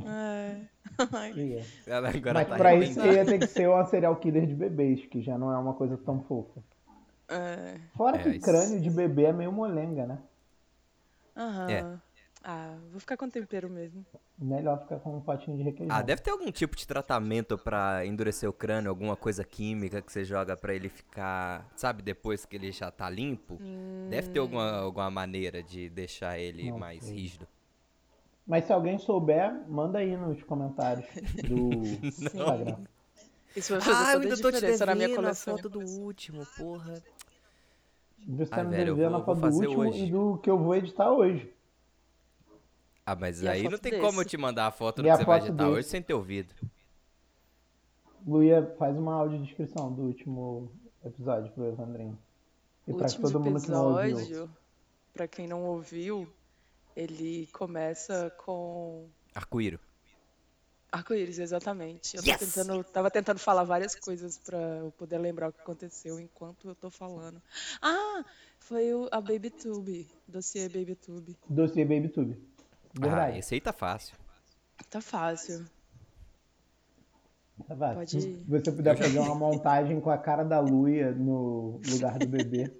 É. Ai, E é. Ela agora Mas tá pra isso arrependida. ia ter que ser uma serial killer de bebês, que já não é uma coisa tão fofa. É. Fora É, que isso- crânio de bebê é meio molenga, né? Aham. É. Ah, vou ficar com tempero mesmo. Melhor ficar com um potinho de requeijão. Ah, deve ter algum tipo de tratamento pra endurecer o crânio, alguma coisa química que você joga pra ele ficar, sabe, depois que ele já tá limpo? Deve ter alguma, alguma maneira de deixar ele Não mais sei. rígido. Mas se alguém souber, manda aí nos comentários do Instagram. Isso vai fazer Ah, toda a diferença na minha coleção. do último, porra. Você tá Ai, me velho, eu devendo vou- a vou foto do fazer último hoje. e do que eu vou editar hoje. Ah, mas E a aí não foto tem desse? como eu te mandar a foto E do que a você vai foto editar desse? hoje sem ter ouvido. Luia, faz uma audiodescrição do último episódio pro Evandrinho. E O pra último todo mundo que não ouviu. episódio, pra quem não ouviu, ele começa com Arco-íro. arco-íris, exatamente. Eu Yes! tô tentando, tava tentando falar várias coisas pra eu poder lembrar o que aconteceu enquanto eu tô falando. Ah, foi o, a Baby Tube, dossiê Baby Tube. Dossiê BabyTube. Ah, Verdade. esse aí tá fácil. Tá fácil. Tá vá. Pode Se ir. você puder fazer uma montagem com a cara da Luia no lugar do bebê.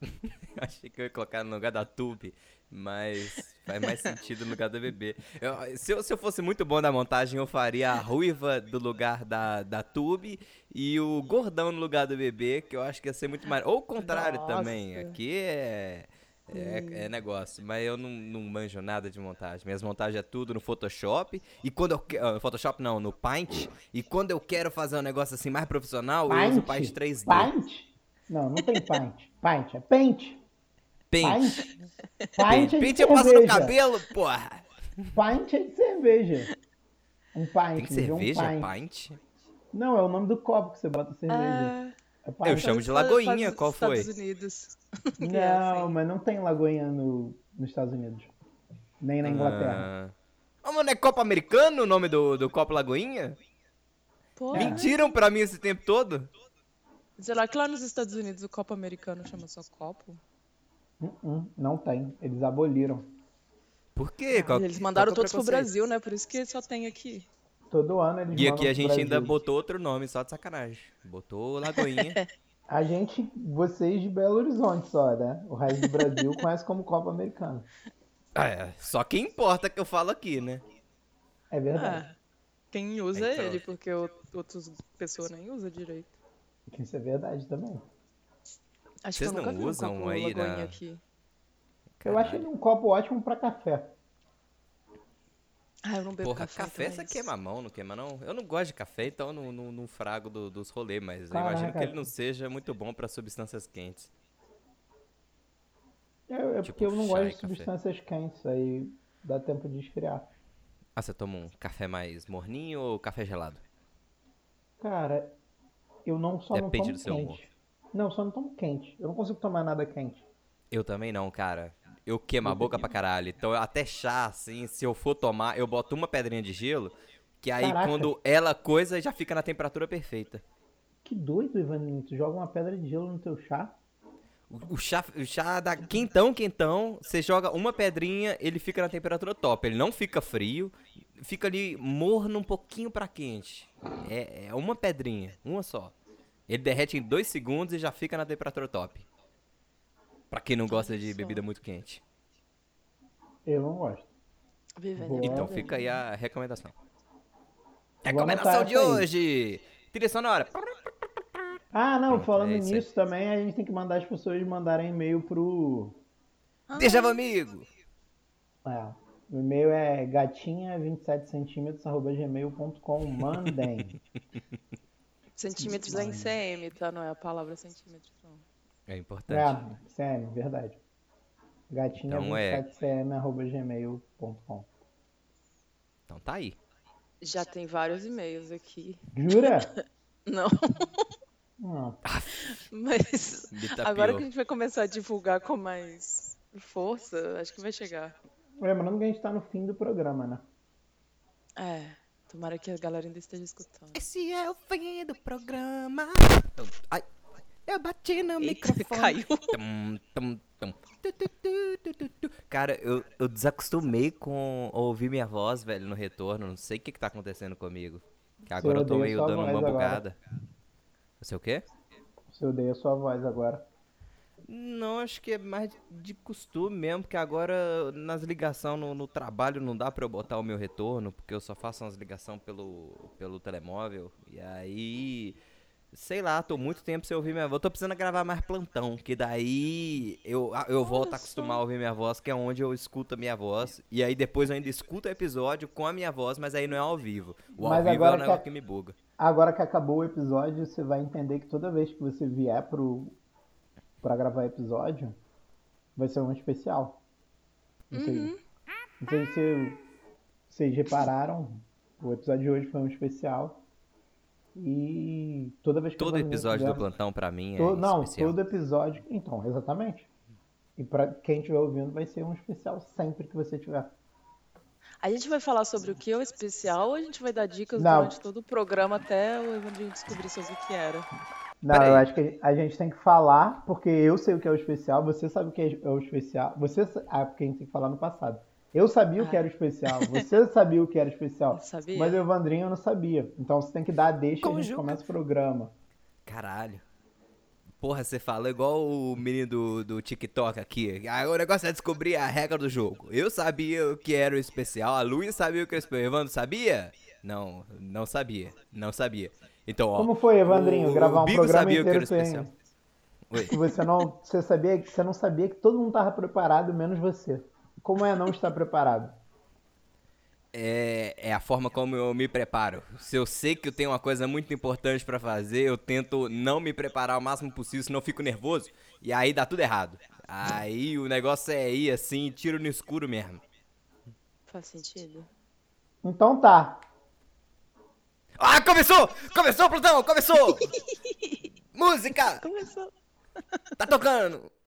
Eu Achei que eu ia colocar no lugar da Tube, mas faz mais sentido no lugar da bebê. Eu- se, eu, se eu fosse muito bom na montagem, eu faria a ruiva do lugar da, da Tube e o gordão no lugar do bebê, que eu acho que ia ser muito mais. Ou o contrário também. Nossa. Aqui é. É, é negócio, mas eu não, não manjo nada de montagem. Minhas montagens é tudo no Photoshop. E quando eu quero. No Photoshop não, no Paint. E quando eu quero fazer um negócio assim mais profissional, eu uso o Paint 3D. Paint? Não, não tem Paint. Paint é Paint. Paint. Paint. Paint é de Paint eu passo no cerveja. cabelo, porra. Pint é de cerveja. Um pint. Tem de um cerveja? pint. pint? Não, é o nome do copo que você bota cerveja. Ah, É pint. Eu chamo de lagoinha, Estados- qual foi? Estados Unidos. Não, mas não tem lagoinha no, nos Estados Unidos. Nem na Inglaterra. Ah, mano, é Copa Americano o nome do, do Copo Lagoinha? É. Pô, Mentiram pra mim esse tempo todo? será que lá nos Estados Unidos o copo americano chama só copo? Uh-uh, não tem. Eles aboliram. Por Ah, quê? Qual- Eles qual mandaram que é o todos pro preconceito? Brasil, né? Por isso que só tem aqui. Todo ano eles E mandam aqui a pro gente ainda Brasil. botou outro nome, só de sacanagem. Botou Lagoinha. A gente, vocês de Belo Horizonte só, né? O resto do Brasil conhece como Copa Americana. Ah, é, só que importa que eu falo aqui, né? É verdade. Ah, quem usa Então. é ele, porque o- outras pessoas nem usam direito. Isso é verdade também. Acho Vocês que eu nunca não vi um usam copo aí Lagoinha na- aqui. Eu acho ele um copo ótimo pra café. Ah, eu não bebo Porra, café. café então é você isso. queima a mão, não queima não? Eu não gosto de café, então eu não, não, não frago do- dos rolês, mas eu Caraca. imagino que ele não seja muito bom pra substâncias quentes. É, é Tipo, porque eu não chá gosto e de café. substâncias quentes, aí dá tempo de esfriar. Ah, você toma um café mais morninho ou café gelado? Cara, eu não só Depende não tomo É do seu humor. quente. Não, só não tomo quente. Eu não consigo tomar nada quente. Eu também não, cara. Eu queimo a boca pra caralho. Então, até chá, assim, se eu for tomar, eu boto uma pedrinha de gelo, que aí Caraca. quando ela coisa, já fica na temperatura perfeita. Que doido, Ivaninho. Tu joga uma pedra de gelo no teu chá? O, o chá, o chá da quentão, quentão, você joga uma pedrinha, ele fica na temperatura top. Ele não fica frio, fica ali morno um pouquinho pra quente. É, é uma pedrinha, uma só. Ele derrete em dois segundos e já fica na temperatura top. Pra quem não gosta de Olha só. bebida muito quente. Eu não gosto. Vivendo Boa. e Então aprendendo. fica aí a recomendação. Vou anotar Recomendação de essa aí. hoje! Trilha sonora. Ah, não, Pronto, falando é isso aí. nisso também, a gente tem que mandar as pessoas mandarem e-mail pro. Ah. Deixa amigo! É, o e-mail é gatinha27cm.gmail.com. Mandem. Centímetros é em cm, tá? Não é a palavra centímetros, não. É importante. é, sério, verdade. Então é. Gatinha27cm.gmail.com. Então tá aí. Já tem vários e-mails aqui. Jura? Não, Não, mas Ele tá agora pior. que a gente vai começar a divulgar com mais força, acho que vai chegar. Lembrando que a gente tá no fim do programa, né? É, tomara que a galera ainda esteja escutando. Esse é o fim do programa. Ai, eu bati no Eita, microfone. caiu. Tum, tum, tum. Tu, tu, tu, tu, tu, tu. Cara, eu, eu desacostumei com ouvir minha voz, velho, no retorno. Não sei o que, que tá acontecendo comigo. Que agora eu tô odeia meio sua dando uma voz agora. bugada. Você o quê? Você odeia a sua voz agora. Não, acho que é mais de- de costume mesmo, porque agora nas ligações no, no trabalho não dá pra eu botar o meu retorno, porque eu só faço umas ligações pelo, pelo telemóvel. E aí, sei lá, tô muito tempo sem ouvir minha voz. Tô precisando gravar mais plantão, que daí eu, a- eu volto a acostumar a ouvir minha voz, que é onde eu escuto a minha voz. E aí depois eu ainda escuto o episódio com a minha voz, mas aí não é ao vivo. O ao Mas vivo é o agora que negócio a- que me buga. Agora que acabou o episódio, você vai entender que toda vez que você vier pro para gravar episódio, vai ser um especial. Não sei, não sei se vocês repararam, o episódio de hoje foi um especial. E toda vez que Todo eu vou- episódio do tiver- plantão pra mim é to- não, especial. todo episódio, então, exatamente. E pra quem estiver ouvindo, vai ser um especial sempre que você tiver. A gente vai falar sobre o que é o especial ou a gente vai dar dicas Não. durante todo o programa até o Evandrinho descobrir sobre o que era? Não, Peraí. eu acho que a gente tem que falar, porque eu sei o que é o especial, você sabe o que é o especial. Você sa- ah, porque a gente tem que falar no passado. Eu sabia o que Ah. era o especial, você sabia o que era o especial, Sabia? mas o Evandrinho não sabia. Então você tem que dar a deixa e a gente Conjuga. começa o programa. Caralho. Porra, você fala igual o menino do, do TikTok aqui. Ah, O negócio é descobrir a regra do jogo. Eu sabia o que era o especial, a Luiz sabia o que era o especial. Evandro sabia? Não, não sabia. Não sabia. Então, ó. Como foi, Evandrinho, o- gravar o um Bigo programa sabia o que era inteiro o sem- especial. Oi. Que você não, você sabia, você não sabia que todo mundo estava preparado, menos você. Como é não estar preparado? É, é a forma como eu me preparo. Se eu sei que eu tenho uma coisa muito importante pra fazer, eu tento não me preparar o máximo possível, senão eu fico nervoso. E aí dá tudo errado. Aí o negócio é ir assim, tiro no escuro mesmo. Faz sentido? Então tá. Ah, começou! Começou, Plutão! Começou! Música! Começou. Tá tocando!